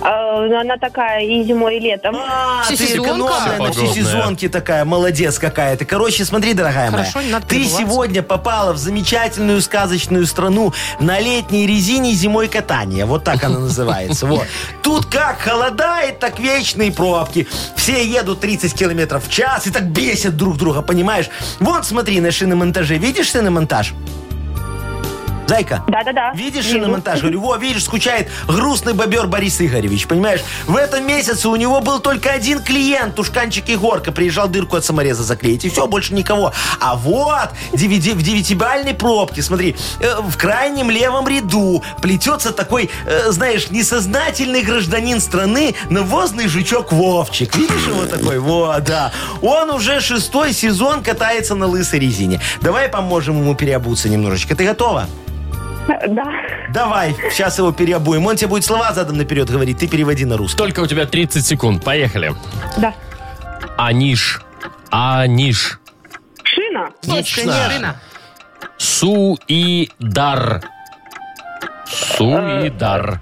Speaker 5: Э, ну, Она такая и зимой, и летом.
Speaker 3: А, ты
Speaker 2: Всесезонка?
Speaker 3: экономная на
Speaker 1: Всепогодная.
Speaker 3: всесезонке такая, молодец какая ты. Короче, смотри, дорогая
Speaker 2: Хорошо, не
Speaker 3: моя,
Speaker 2: надо
Speaker 3: ты
Speaker 2: перебиваться.
Speaker 3: сегодня попала в замечательную сказочную страну на летней резине зимой катания. Вот так
Speaker 2: (laughs)
Speaker 3: она называется. Вот. Тут как холодает, так вечные пробки. Все едут 30 километров в час и так бесят друг друга, понимаешь? Вот смотри на шиномонтаже. Видишь шиномонтаж? Зайка,
Speaker 5: Да-да-да.
Speaker 3: Видишь
Speaker 5: Вижу.
Speaker 3: шиномонтаж? Говорю, во, видишь, скучает грустный бобер Борис Игоревич, понимаешь? В этом месяце у него был только один клиент, Тушканчик Егорка. Приезжал дырку от самореза заклеить, и все, больше никого. А вот девяти- в девятибальной пробке, смотри, э, в крайнем левом ряду плетется такой, э, знаешь, несознательный гражданин страны, навозный жучок Вовчик. Видишь его такой? Вот, да. Он уже шестой сезон катается на лысой резине. Давай поможем ему переобуться немножечко. Ты готова?
Speaker 5: Да.
Speaker 3: Давай, сейчас его переобуем. Он тебе будет слова задом наперед говорить, ты переводи на русский.
Speaker 1: Только у тебя 30 секунд. Поехали.
Speaker 5: Да.
Speaker 1: Аниш. Аниш.
Speaker 5: Шина.
Speaker 2: Шина.
Speaker 1: Суидар. Суидар.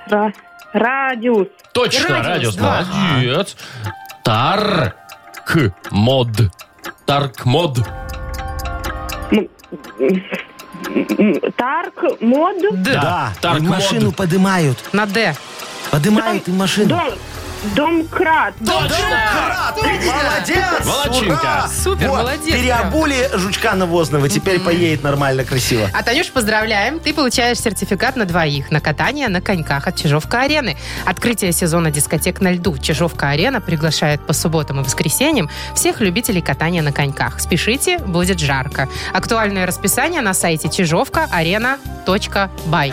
Speaker 5: Ра- Радиус.
Speaker 1: Точно, радиус.
Speaker 2: радиус, да.
Speaker 1: Молодец. Таркмод. Таркмод.
Speaker 5: М, Тарк, мод.
Speaker 1: Да,
Speaker 3: им
Speaker 1: Таркмод.
Speaker 3: машину подымают.
Speaker 2: На Д.
Speaker 3: Подымают им машину.
Speaker 5: Дом. Домкрат.
Speaker 1: Точно!
Speaker 3: Ура, ты Молодец!
Speaker 1: Волочинка.
Speaker 3: ура!
Speaker 2: Супер,
Speaker 3: Вот,
Speaker 2: молодец,
Speaker 3: Переобули жучка навозного, теперь поедет нормально, красиво.
Speaker 2: А, Танюш, поздравляем. Ты получаешь сертификат на двоих на катание на коньках от Чижовка-арены. Открытие сезона дискотек на льду Чижовка-арена приглашает по субботам и воскресеньям всех любителей катания на коньках. Спешите, будет жарко. Актуальное расписание на сайте чижовка-арена.бай.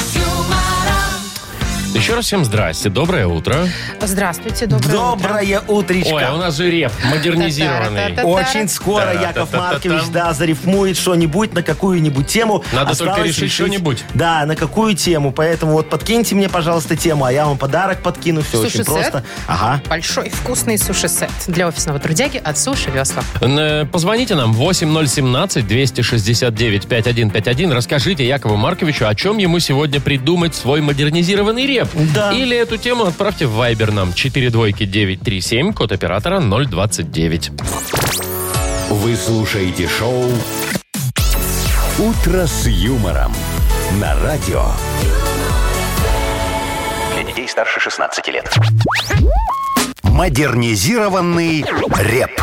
Speaker 1: Еще раз всем здрасте, доброе утро.
Speaker 2: Здравствуйте, доброе, утро.
Speaker 3: Доброе утречко.
Speaker 1: Ой, а у нас же реп модернизированный.
Speaker 2: Та-та-ра-та-та.
Speaker 3: Очень скоро
Speaker 1: Та-та-та-та-та.
Speaker 3: Яков Маркович, да, зарифмует что-нибудь на какую-нибудь тему.
Speaker 1: Надо только
Speaker 3: Осталось
Speaker 1: решить что-нибудь.
Speaker 3: Да, на какую тему. Поэтому вот подкиньте мне, пожалуйста, тему, а я вам подарок подкину. Все очень
Speaker 2: Суши-сет?
Speaker 3: просто. Ага.
Speaker 2: Большой вкусный суши-сет для офисного трудяги от Суши Весла.
Speaker 1: Н- э, Позвоните нам 8017-269-5151. Расскажите Якову Марковичу, о чем ему сегодня придумать свой модернизированный реп.
Speaker 3: Да.
Speaker 1: Или эту тему отправьте в Viber нам 42937, код оператора 029.
Speaker 4: Вы слушаете шоу «Утро с юмором» на радио.
Speaker 6: Для детей старше 16 лет.
Speaker 4: Модернизированный реп.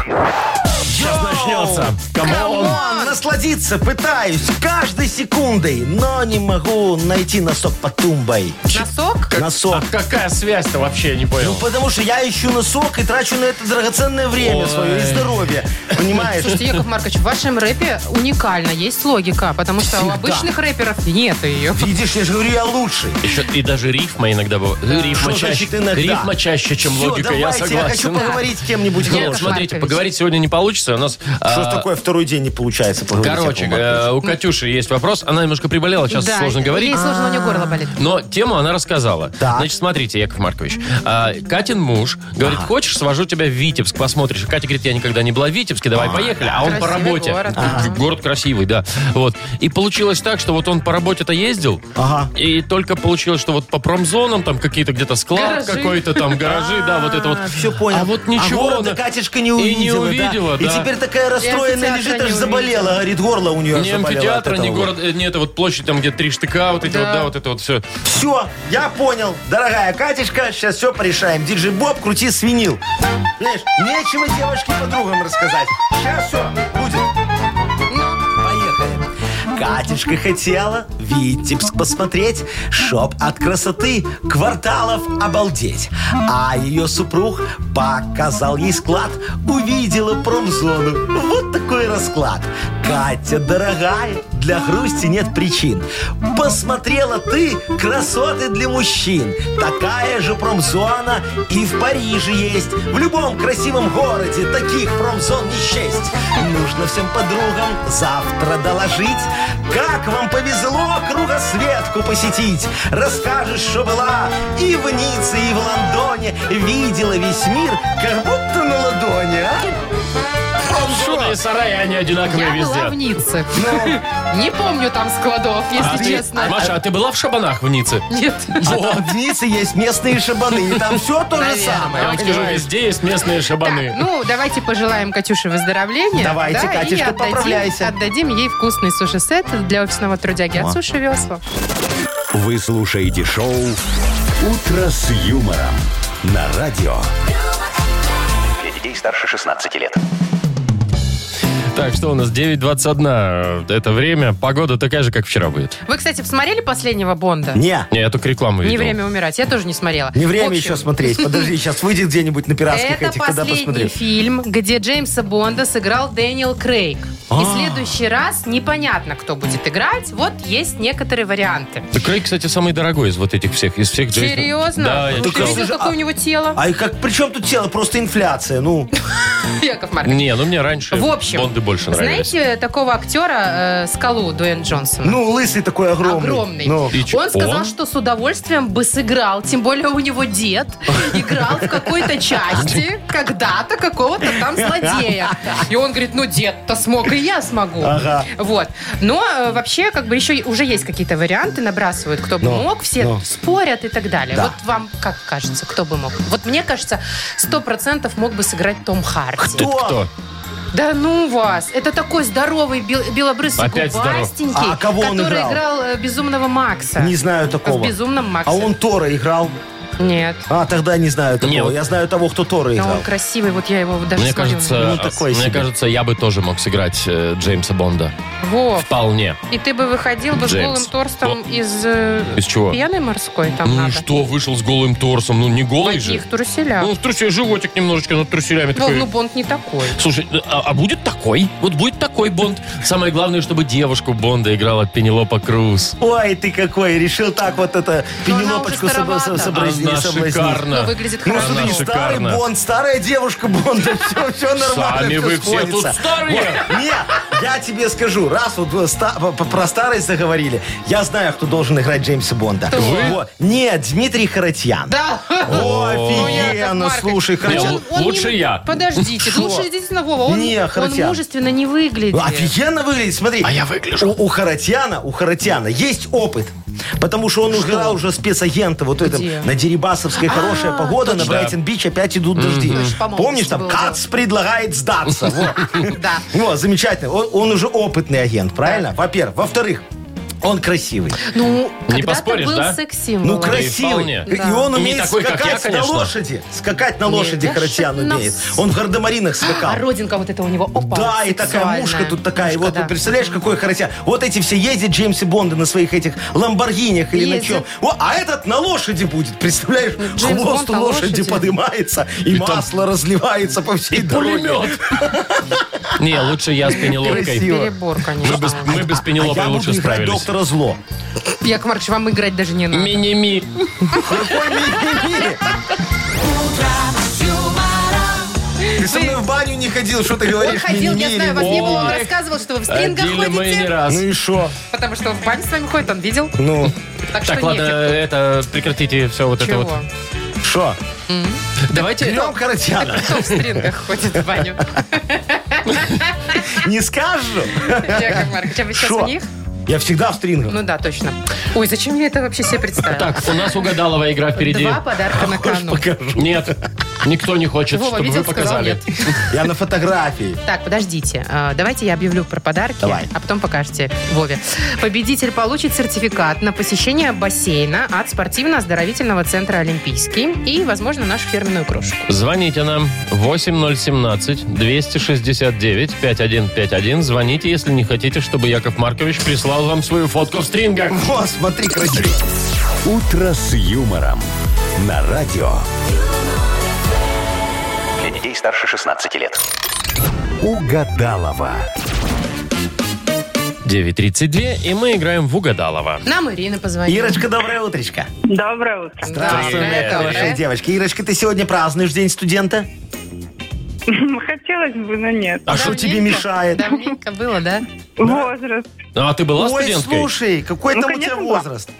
Speaker 1: Сейчас начнется.
Speaker 3: Камон, насладиться пытаюсь каждой секундой, но не могу найти носок под тумбой.
Speaker 2: Носок?
Speaker 3: Носок.
Speaker 1: А
Speaker 3: Ну,
Speaker 1: Какая связь-то вообще, я не понял.
Speaker 3: Потому что я ищу носок и трачу на это драгоценное время
Speaker 1: Ой.
Speaker 3: свое и здоровье. Понимаешь?
Speaker 2: Слушайте, Яков Маркович, в вашем рэпе уникально есть логика, потому что у
Speaker 3: Всегда.
Speaker 2: обычных рэперов нет ее.
Speaker 3: Видишь, я же говорю, я лучший.
Speaker 1: Еще и даже рифма иногда бывает. Рифма,
Speaker 3: Что
Speaker 1: чаще,
Speaker 3: значит иногда?
Speaker 1: рифма чаще, чем
Speaker 3: Всё,
Speaker 1: логика,
Speaker 3: давайте,
Speaker 1: я согласен.
Speaker 3: хочу поговорить с кем-нибудь
Speaker 2: Нет,
Speaker 1: Нет,
Speaker 3: хорошим.
Speaker 1: смотрите,
Speaker 2: Маркович.
Speaker 1: поговорить сегодня не получится. У нас
Speaker 3: Что
Speaker 1: а,
Speaker 3: ж такое второй день не получается поговорить?
Speaker 1: Короче,
Speaker 3: Яков Маркович?
Speaker 1: э, у Катюши есть вопрос. Она немножко приболела, сейчас
Speaker 2: Да,
Speaker 1: сложно говорить.
Speaker 2: Ей сложно, у нее горло болит.
Speaker 1: Но тему она рассказала.
Speaker 3: Да.
Speaker 1: Значит, смотрите, Яков Маркович. а, Катин муж говорит, хочешь, свожу тебя в Витебск, посмотришь. А Катя говорит, я никогда не была в Витебске, давай поехали. А он по
Speaker 2: Красивый
Speaker 1: работе.
Speaker 2: город.
Speaker 1: Г- Город красивый, да. Вот. И получилось так, что вот он по работе-то ездил,
Speaker 3: Ага.
Speaker 1: и только получилось, что вот по промзонам там какие-то где-то склад
Speaker 2: Гаражи.
Speaker 1: какой-то там, гаражи, да, вот это вот.
Speaker 3: Все понял.
Speaker 1: А вот ничего.
Speaker 3: города
Speaker 1: она
Speaker 3: Катюшка не
Speaker 1: и
Speaker 3: увидела.
Speaker 1: не
Speaker 3: да.
Speaker 1: увидела, да.
Speaker 3: И теперь такая расстроенная
Speaker 2: амфитеатра
Speaker 3: лежит,
Speaker 2: не
Speaker 3: аж заболела.
Speaker 2: увидела.
Speaker 3: Говорит, горло у нее
Speaker 1: Ни
Speaker 3: заболело
Speaker 1: амфитеатра, ни город, э, ни это вот площадь, там где три штыка, вот эти
Speaker 2: Да.
Speaker 1: вот, да, вот это вот все.
Speaker 3: Все, я понял. Дорогая Катюшка, сейчас все порешаем. Диджей Боб, крути свинил. Понимаешь, нечего девочке подругам рассказать. Сейчас все будет. Поехали. Катюшка хотела Витебск посмотреть, чтоб от красоты кварталов обалдеть. А ее супруг показал ей склад, увидела промзону. Вот такой расклад. Катя, дорогая, для грусти нет причин. Посмотрела ты красоты для мужчин. Такая же промзона и в Париже есть. В любом красивом городе таких промзон не счесть. Нужно всем подругам завтра доложить, как вам повезло кругосветку посетить. Расскажешь, что была и в Ницце, и в Лондоне. Видела весь мир, как будто на ладони, а?
Speaker 1: Шута и сараи, они одинаковые
Speaker 2: Я была в
Speaker 1: везде.
Speaker 2: Ницце.
Speaker 3: Ну,
Speaker 2: Не помню там складов, если
Speaker 1: А ты-
Speaker 2: честно.
Speaker 1: Маша, а ты была в Шабанах в Ницце? (laughs)
Speaker 2: Нет.
Speaker 3: А там в Ницце есть местные шабаны, и там все то же
Speaker 2: Наверное.
Speaker 3: самое.
Speaker 1: Я вам скажу,
Speaker 2: понимаю.
Speaker 1: везде есть местные
Speaker 2: Так,
Speaker 1: шабаны.
Speaker 2: ну, давайте пожелаем Катюше выздоровления.
Speaker 3: Давайте,
Speaker 2: да, и
Speaker 3: Катюшка,
Speaker 2: отдадим-
Speaker 3: поправляйся.
Speaker 2: Отдадим ей вкусный суши-сет для офисного трудяги от Суши Весла.
Speaker 4: Вы слушаете шоу «Утро с юмором» на радио.
Speaker 6: Для детей старше 16 лет.
Speaker 1: Так, что у нас 9.21. Это время. Погода такая же, как вчера будет.
Speaker 2: Вы, кстати, посмотрели последнего Бонда?
Speaker 3: Не,
Speaker 1: Не, я только рекламу
Speaker 2: Не
Speaker 1: видел.
Speaker 2: время умирать. Я тоже не смотрела.
Speaker 3: не
Speaker 2: В
Speaker 3: время
Speaker 2: общем,
Speaker 3: еще смотреть. Подожди, сейчас выйдет где-нибудь на пиратских
Speaker 2: Это
Speaker 3: этих, тогда
Speaker 2: последний
Speaker 3: посмотрю.
Speaker 2: фильм, где Джеймса Бонда сыграл Дэниел Крейг. И
Speaker 1: А.
Speaker 2: в следующий раз непонятно, кто будет играть. Вот есть некоторые варианты.
Speaker 1: Да, Крейг, кстати, самый дорогой из вот этих всех, из всех Джейсонов.
Speaker 2: Серьезно?
Speaker 1: Да, я
Speaker 2: Ты
Speaker 3: только-
Speaker 1: читал.
Speaker 2: видел,
Speaker 3: Слушай,
Speaker 2: какое
Speaker 3: а-
Speaker 2: у него тело?
Speaker 3: А и как, при чем тут тело? Просто инфляция, ну.
Speaker 2: Яков Маркович.
Speaker 1: Не, ну мне раньше
Speaker 2: В общем,
Speaker 1: Бонды больше нравились.
Speaker 2: знаете такого актера э, Скалу Дуэн Джонсона?
Speaker 3: Ну, лысый такой огромный.
Speaker 2: Огромный.
Speaker 3: Ну.
Speaker 1: И чё,
Speaker 2: Он сказал,
Speaker 1: он?
Speaker 2: что с удовольствием бы сыграл, тем более у него дед играл в
Speaker 1: (laughs)
Speaker 2: какой-то части когда-то какого-то там злодея. И он говорит, ну дед-то смог, и я смогу.
Speaker 3: Ага.
Speaker 2: Вот. Но э, вообще, как бы еще и- уже есть какие-то варианты, набрасывают, кто бы
Speaker 3: Но,
Speaker 2: мог, все
Speaker 3: но.
Speaker 2: спорят и так далее.
Speaker 3: Да.
Speaker 2: Вот вам как кажется, кто бы мог? Вот мне кажется, сто процентов мог бы сыграть Том Харди.
Speaker 3: Кто?
Speaker 1: Кто?
Speaker 2: Да ну вас! Это такой здоровый бел- белобрысый
Speaker 1: Опять здоров.
Speaker 2: губастенький,
Speaker 3: А кого он
Speaker 2: который
Speaker 3: играл?
Speaker 2: играл э, безумного Макса.
Speaker 3: Не знаю А такого.
Speaker 2: В безумном Максе.
Speaker 3: А он Тора играл.
Speaker 2: Нет.
Speaker 3: А, тогда не знаю такого.
Speaker 1: Не, вот-
Speaker 3: Я знаю того, кто Тора
Speaker 2: Но
Speaker 3: играл.
Speaker 2: он красивый, вот я его даже
Speaker 1: Мне
Speaker 2: смотрю.
Speaker 1: кажется,
Speaker 3: Ну, такой
Speaker 1: мне
Speaker 3: себе.
Speaker 1: кажется, я бы тоже мог сыграть э, Джеймса Бонда.
Speaker 2: Во.
Speaker 1: Вполне.
Speaker 2: И ты бы выходил бы с
Speaker 1: Джеймс.
Speaker 2: голым торстом из, э,
Speaker 1: Из чего?
Speaker 2: пьяной морской там
Speaker 1: Ну и
Speaker 2: надо.
Speaker 1: что, вышел с голым торсом? Ну не голый же.
Speaker 2: Таких труселя.
Speaker 1: Ну, в трусе животик немножечко над труселями
Speaker 2: Ну,
Speaker 1: такой.
Speaker 2: ну, Бонд не такой.
Speaker 1: Слушай, а, а будет такой? Вот будет такой Бонд. Самое главное, чтобы девушку Бонда играла Пенелопа Круз.
Speaker 3: Ой, ты какой, решил так вот это
Speaker 2: Но она
Speaker 3: пенелопочку
Speaker 2: уже
Speaker 3: собра- со-
Speaker 2: старовата.
Speaker 3: собразни-
Speaker 1: Она
Speaker 3: соблазнить.
Speaker 1: шикарна.
Speaker 2: Но выглядит
Speaker 3: Ну,
Speaker 2: хорошо.
Speaker 1: Она
Speaker 3: смотри, старый
Speaker 1: шикарна.
Speaker 3: Бонд, старая девушка Бонда, (laughs) все, нормально,
Speaker 1: Сами
Speaker 3: всё
Speaker 1: вы все тут
Speaker 3: сходится.
Speaker 1: старые.
Speaker 3: Нет, я тебе скажу, раз вот э, ста- п- п- про старость заговорили, я знаю, кто должен играть Джеймса Бонда.
Speaker 1: Вы?
Speaker 3: Во. Нет, Дмитрий Харатьян. (laughs)
Speaker 2: Да. Ну,
Speaker 3: О,
Speaker 1: Ну,
Speaker 2: Яков
Speaker 3: офигенно,
Speaker 2: Маркович.
Speaker 3: слушай,
Speaker 2: Значит,
Speaker 3: Харатьян.
Speaker 1: л- лучше
Speaker 2: не-
Speaker 1: я.
Speaker 2: Подождите,
Speaker 3: Что?
Speaker 2: лучше действительно Вова. Он,
Speaker 3: Не,
Speaker 2: он
Speaker 3: Харатьян.
Speaker 2: мужественно не выглядит.
Speaker 3: Ну, Офигенно выглядит, смотри.
Speaker 1: А я выгляжу.
Speaker 3: У, у Харатьяна, у Харатьяна есть опыт. Потому что он играл уже спецагента вот этом
Speaker 2: Где?
Speaker 3: на Дерибасовской хорошая погода, на
Speaker 1: точно.
Speaker 3: Брайтон Бич опять идут дожди.
Speaker 2: Точно, по-моему,
Speaker 3: Помнишь, там
Speaker 2: было
Speaker 3: Кац
Speaker 1: (laughs)
Speaker 3: предлагает сдаться. Вот.
Speaker 2: Да.
Speaker 3: Вот, замечательно. Он, он уже опытный агент, правильно? Во-первых. Во-вторых, он красивый.
Speaker 2: Ну,
Speaker 1: Не
Speaker 2: когда-то
Speaker 1: поспоришь,
Speaker 2: был
Speaker 1: да?
Speaker 2: секс-символом.
Speaker 3: Ну, красивый.
Speaker 1: вполне.
Speaker 3: И,
Speaker 2: Да.
Speaker 3: он
Speaker 1: Не
Speaker 3: умеет
Speaker 1: такой, как
Speaker 3: скакать
Speaker 1: я,
Speaker 3: на
Speaker 1: конечно.
Speaker 3: лошади. Скакать на лошади
Speaker 2: да
Speaker 3: Харатьян
Speaker 2: что ты
Speaker 3: умеет.
Speaker 2: нас-
Speaker 3: Он в гардемаринах скакал.
Speaker 2: А родинка вот это у него, опа,
Speaker 3: Да, и такая
Speaker 2: сексуальная.
Speaker 3: мушка тут такая.
Speaker 2: Мушка,
Speaker 3: вот
Speaker 2: да.
Speaker 3: вы представляешь, какой характер. Вот эти все ездят Джеймсы Бонды на своих этих ламборгинях или на
Speaker 2: Ездят.
Speaker 3: чем. О, а этот на лошади будет, представляешь?
Speaker 2: Джеймс Бонд
Speaker 3: Хвост
Speaker 2: на
Speaker 3: у лошади
Speaker 2: лошади.
Speaker 3: поднимается, и,
Speaker 1: И там-
Speaker 3: масло разливается по всей дороге.
Speaker 1: Пулемет. Не, лучше я с Пенелопкой.
Speaker 3: Красиво.
Speaker 2: Перебор,
Speaker 1: Мы
Speaker 2: конечно.
Speaker 1: без, мы без
Speaker 3: А
Speaker 1: Пенелопы
Speaker 3: я буду
Speaker 1: лучше
Speaker 3: играть
Speaker 1: справились.
Speaker 3: доктора зло.
Speaker 2: Яков Маркович, вам играть даже не надо.
Speaker 1: Мини-ми.
Speaker 3: Какой ми-ми-ми. Ты со мной в баню не ходил, что ты говоришь?
Speaker 2: Он ходил, я
Speaker 3: ми-ми-ми,
Speaker 2: знаю, вас не было, он
Speaker 1: Ой.
Speaker 2: рассказывал, что вы в стрингах
Speaker 1: Ходили мы Э, не
Speaker 2: ходите.
Speaker 1: раз.
Speaker 3: Ну и что?
Speaker 2: Потому что в бане с вами ходит, он видел.
Speaker 3: Ну,
Speaker 2: Так,
Speaker 1: Так,
Speaker 2: что
Speaker 1: ладно,
Speaker 2: нет.
Speaker 1: это прекратите все вот это
Speaker 2: Чего?
Speaker 1: вот.
Speaker 3: что?
Speaker 1: Давайте.
Speaker 3: Берем
Speaker 1: (laughs)
Speaker 3: Харатьяна.
Speaker 2: Кто в стрингах ходит в баню?
Speaker 3: Не скажу.
Speaker 2: Яков Маркович, а вы сейчас
Speaker 3: Шо?
Speaker 2: в них?
Speaker 3: Я всегда в стрингах.
Speaker 2: Ну да, точно. Ой, зачем я это вообще себе представила?
Speaker 1: Так, у нас угадалова игра впереди.
Speaker 2: Два подарка на кону.
Speaker 1: Нет, никто не хочет,
Speaker 2: Вова
Speaker 1: чтобы
Speaker 2: видел,
Speaker 1: вы
Speaker 2: сказал
Speaker 1: показали.
Speaker 2: нет.
Speaker 3: Я на фотографии.
Speaker 2: Так, подождите. А, Давайте я объявлю про подарки,
Speaker 3: Давай.
Speaker 2: а потом покажете Вове. Победитель получит сертификат на посещение бассейна от спортивно-оздоровительного центра «Олимпийский» и, возможно, нашу фирменную кружку.
Speaker 1: Звоните нам 8017-269-5151. Звоните, если не хотите, чтобы Яков Маркович прислал вам свою фотку в стрингах.
Speaker 3: Во, смотри, красиво.
Speaker 4: «Утро с юмором» на радио.
Speaker 6: Для детей старше 16 лет.
Speaker 4: Угадалова.
Speaker 1: 9.32, и мы играем в Угадалова.
Speaker 2: Нам Ирина позвонила.
Speaker 3: Ирочка, доброе утречко.
Speaker 5: Доброе утро. (laughs)
Speaker 3: Здравствуй, моя
Speaker 1: Привет,
Speaker 3: хорошая
Speaker 2: Привет.
Speaker 3: девочка. Ирочка, ты сегодня празднуешь День студента?
Speaker 5: Хотелось бы, но нет.
Speaker 3: А что тебе
Speaker 2: Давненько.
Speaker 3: мешает?
Speaker 2: Давненько было, да?
Speaker 5: Возраст.
Speaker 1: А ты была
Speaker 3: Ой,
Speaker 1: студенткой?
Speaker 3: слушай, какой
Speaker 5: Ну,
Speaker 3: там у
Speaker 5: конечно,
Speaker 3: тебя
Speaker 5: была.
Speaker 3: возраст?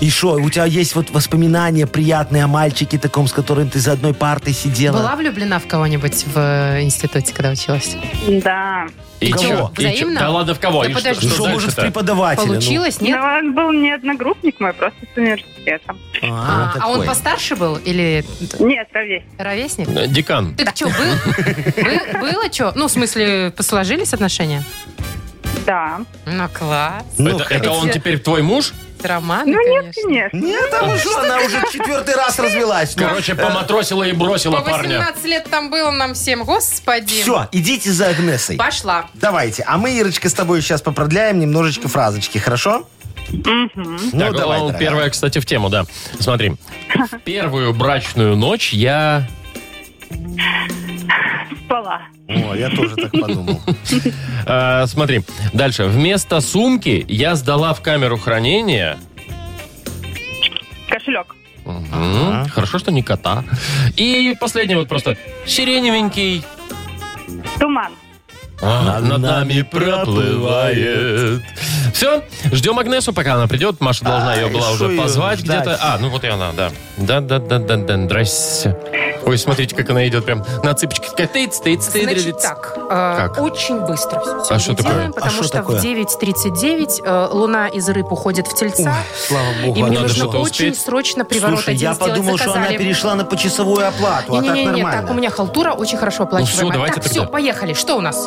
Speaker 3: И что, у тебя есть вот воспоминания приятные о мальчике таком, с которым ты за одной партой сидела?
Speaker 2: Была влюблена в кого-нибудь в э, институте, когда
Speaker 3: А
Speaker 2: училась?
Speaker 5: Да.
Speaker 1: И
Speaker 3: Кого?
Speaker 1: чё? И чё?
Speaker 2: Взаимно?
Speaker 1: Да ладно, в кого?
Speaker 2: Да
Speaker 1: И
Speaker 2: подожди.
Speaker 1: что,
Speaker 3: Ну, что,
Speaker 1: что
Speaker 3: может, в
Speaker 1: дальше-то?
Speaker 3: преподавателя? ну?
Speaker 2: Получилось, нет?
Speaker 5: Но он был не одногруппник мой, просто с университетом.
Speaker 3: А,
Speaker 2: А, а он
Speaker 3: такой.
Speaker 2: постарше был или
Speaker 5: Нет, ровесник.
Speaker 2: ровесник?
Speaker 1: Э, Декан.
Speaker 2: Ты
Speaker 3: (laughs)
Speaker 2: что, был? Был- Было что? Ну, в смысле, посложились отношения?
Speaker 5: Да.
Speaker 2: Ну, класс.
Speaker 3: Ну,
Speaker 1: это, это он теперь твой муж?
Speaker 2: Романы,
Speaker 5: Ну нет,
Speaker 2: конечно.
Speaker 5: конечно.
Speaker 3: Нет, там уже она уже четвертый раз развелась. Ну,
Speaker 1: Короче, поматросила и бросила
Speaker 2: По
Speaker 1: парня.
Speaker 2: 18 лет там было нам всем. Господи.
Speaker 3: Все, идите за Агнесой.
Speaker 2: Пошла.
Speaker 3: Давайте. А мы, Ирочка, с тобой сейчас попродляем немножечко фразочки, хорошо? Ну,
Speaker 1: Так,
Speaker 3: давай,
Speaker 1: о,
Speaker 3: дорогая.
Speaker 1: первая, кстати, в тему, да. Смотри. В первую брачную ночь я...
Speaker 5: Спала.
Speaker 3: О, я тоже так подумал.
Speaker 1: э, смотри. Дальше. Вместо сумки я сдала в камеру хранения...
Speaker 5: Кошелек.
Speaker 1: Мгм. Хорошо, что не кота. И последний вот просто. Сиреневенький.
Speaker 5: Туман.
Speaker 1: А, над нами проплывает. Все, ждем Агнесу, пока она придет. Маша должна ее
Speaker 3: Ай,
Speaker 1: была
Speaker 3: шо
Speaker 1: уже
Speaker 3: её
Speaker 1: позвать
Speaker 3: ждать?
Speaker 1: где-то. А, ну вот и она, да. Да-да-да-да-да, здрасте. Ой, смотрите, как она идет прям на цыпочках. Такая тыц, тыц, тыц,
Speaker 2: Значит
Speaker 1: тыц.
Speaker 2: так, э,
Speaker 1: Как?
Speaker 2: очень быстро все сегодня
Speaker 1: что такое?
Speaker 2: делаем,
Speaker 3: А
Speaker 2: потому
Speaker 3: что
Speaker 2: что,
Speaker 3: такое?
Speaker 2: в 9.39 э, луна из рыб уходит в тельца,
Speaker 3: Слава богу.
Speaker 2: и мне
Speaker 1: надо
Speaker 2: нужно
Speaker 1: что-то
Speaker 2: очень
Speaker 1: успеть.
Speaker 2: срочно приворот
Speaker 3: Слушай,
Speaker 2: один
Speaker 3: я
Speaker 2: сделать.
Speaker 3: подумал, что она
Speaker 2: Заказали.
Speaker 3: перешла на почасовую оплату, а так
Speaker 2: Не-не-не,
Speaker 3: нормально.
Speaker 2: так у меня халтура очень хорошо оплачиваемая.
Speaker 1: Ну всё, давайте
Speaker 2: так,
Speaker 1: тогда.
Speaker 2: все, поехали. Что у нас?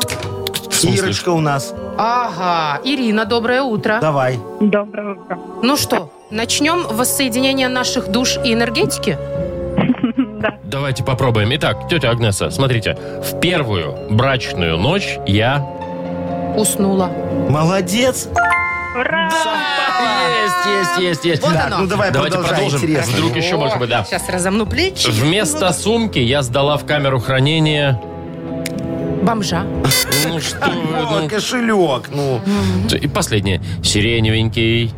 Speaker 1: В смысле?
Speaker 3: Ирочка у нас.
Speaker 2: Ага, Ирина, доброе утро.
Speaker 3: Давай.
Speaker 5: Доброе утро.
Speaker 2: Ну что, начнем воссоединение наших душ и энергетики?
Speaker 1: Давайте попробуем. Итак, тетя Агнеса, смотрите. В первую брачную ночь я...
Speaker 2: Уснула.
Speaker 3: Молодец.
Speaker 5: Ура!
Speaker 1: Есть, есть, есть, есть.
Speaker 2: Вот
Speaker 1: Так,
Speaker 2: оно.
Speaker 3: Ну давай
Speaker 1: Давайте
Speaker 3: продолжай,
Speaker 1: продолжим.
Speaker 3: интересно.
Speaker 1: Вдруг еще, может быть, да.
Speaker 2: Сейчас разомну плечи.
Speaker 1: Вместо сумки я сдала в камеру хранения...
Speaker 2: Бомжа.
Speaker 1: Ну что вы,
Speaker 3: О,
Speaker 1: ну,
Speaker 3: кошелек, ну.
Speaker 1: И последнее. Сиреневенький.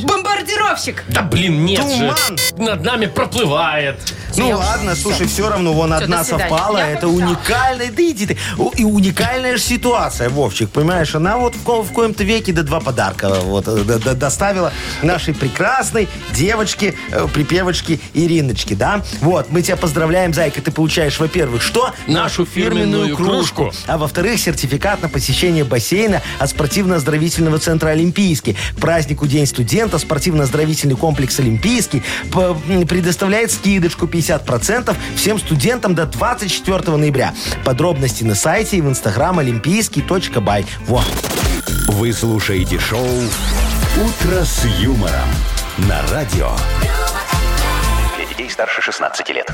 Speaker 2: Бомбардировщик.
Speaker 1: Да блин, нет
Speaker 3: Туман.
Speaker 1: же. Над нами проплывает.
Speaker 3: Ну
Speaker 2: Я
Speaker 3: ладно, слушай, все равно вон одна
Speaker 2: до свидания.
Speaker 3: совпала,
Speaker 2: Я
Speaker 3: это
Speaker 2: побежала.
Speaker 3: уникальная, да иди ты, У- и уникальная же ситуация, Вовчик, понимаешь, она вот в, ко- в коем-то веке до два подарка вот, э, до- до- доставила нашей прекрасной девочке, э, припевочке Ириночке, да? Вот, мы тебя поздравляем, Зайка, ты получаешь, во-первых, что?
Speaker 1: Нашу фирменную кружку.
Speaker 3: А во-вторых, сертификат на посещение бассейна от спортивно-оздоровительного центра «Олимпийский». К празднику День студента спортивно-оздоровительный комплекс «Олимпийский» п- м, предоставляет скидочку 50% всем студентам до 24 ноября. Подробности на сайте и в инстаграм олимпийский.бай. Во.
Speaker 4: Вы слушаете шоу «Утро с юмором» на радио.
Speaker 6: Для детей старше 16 лет.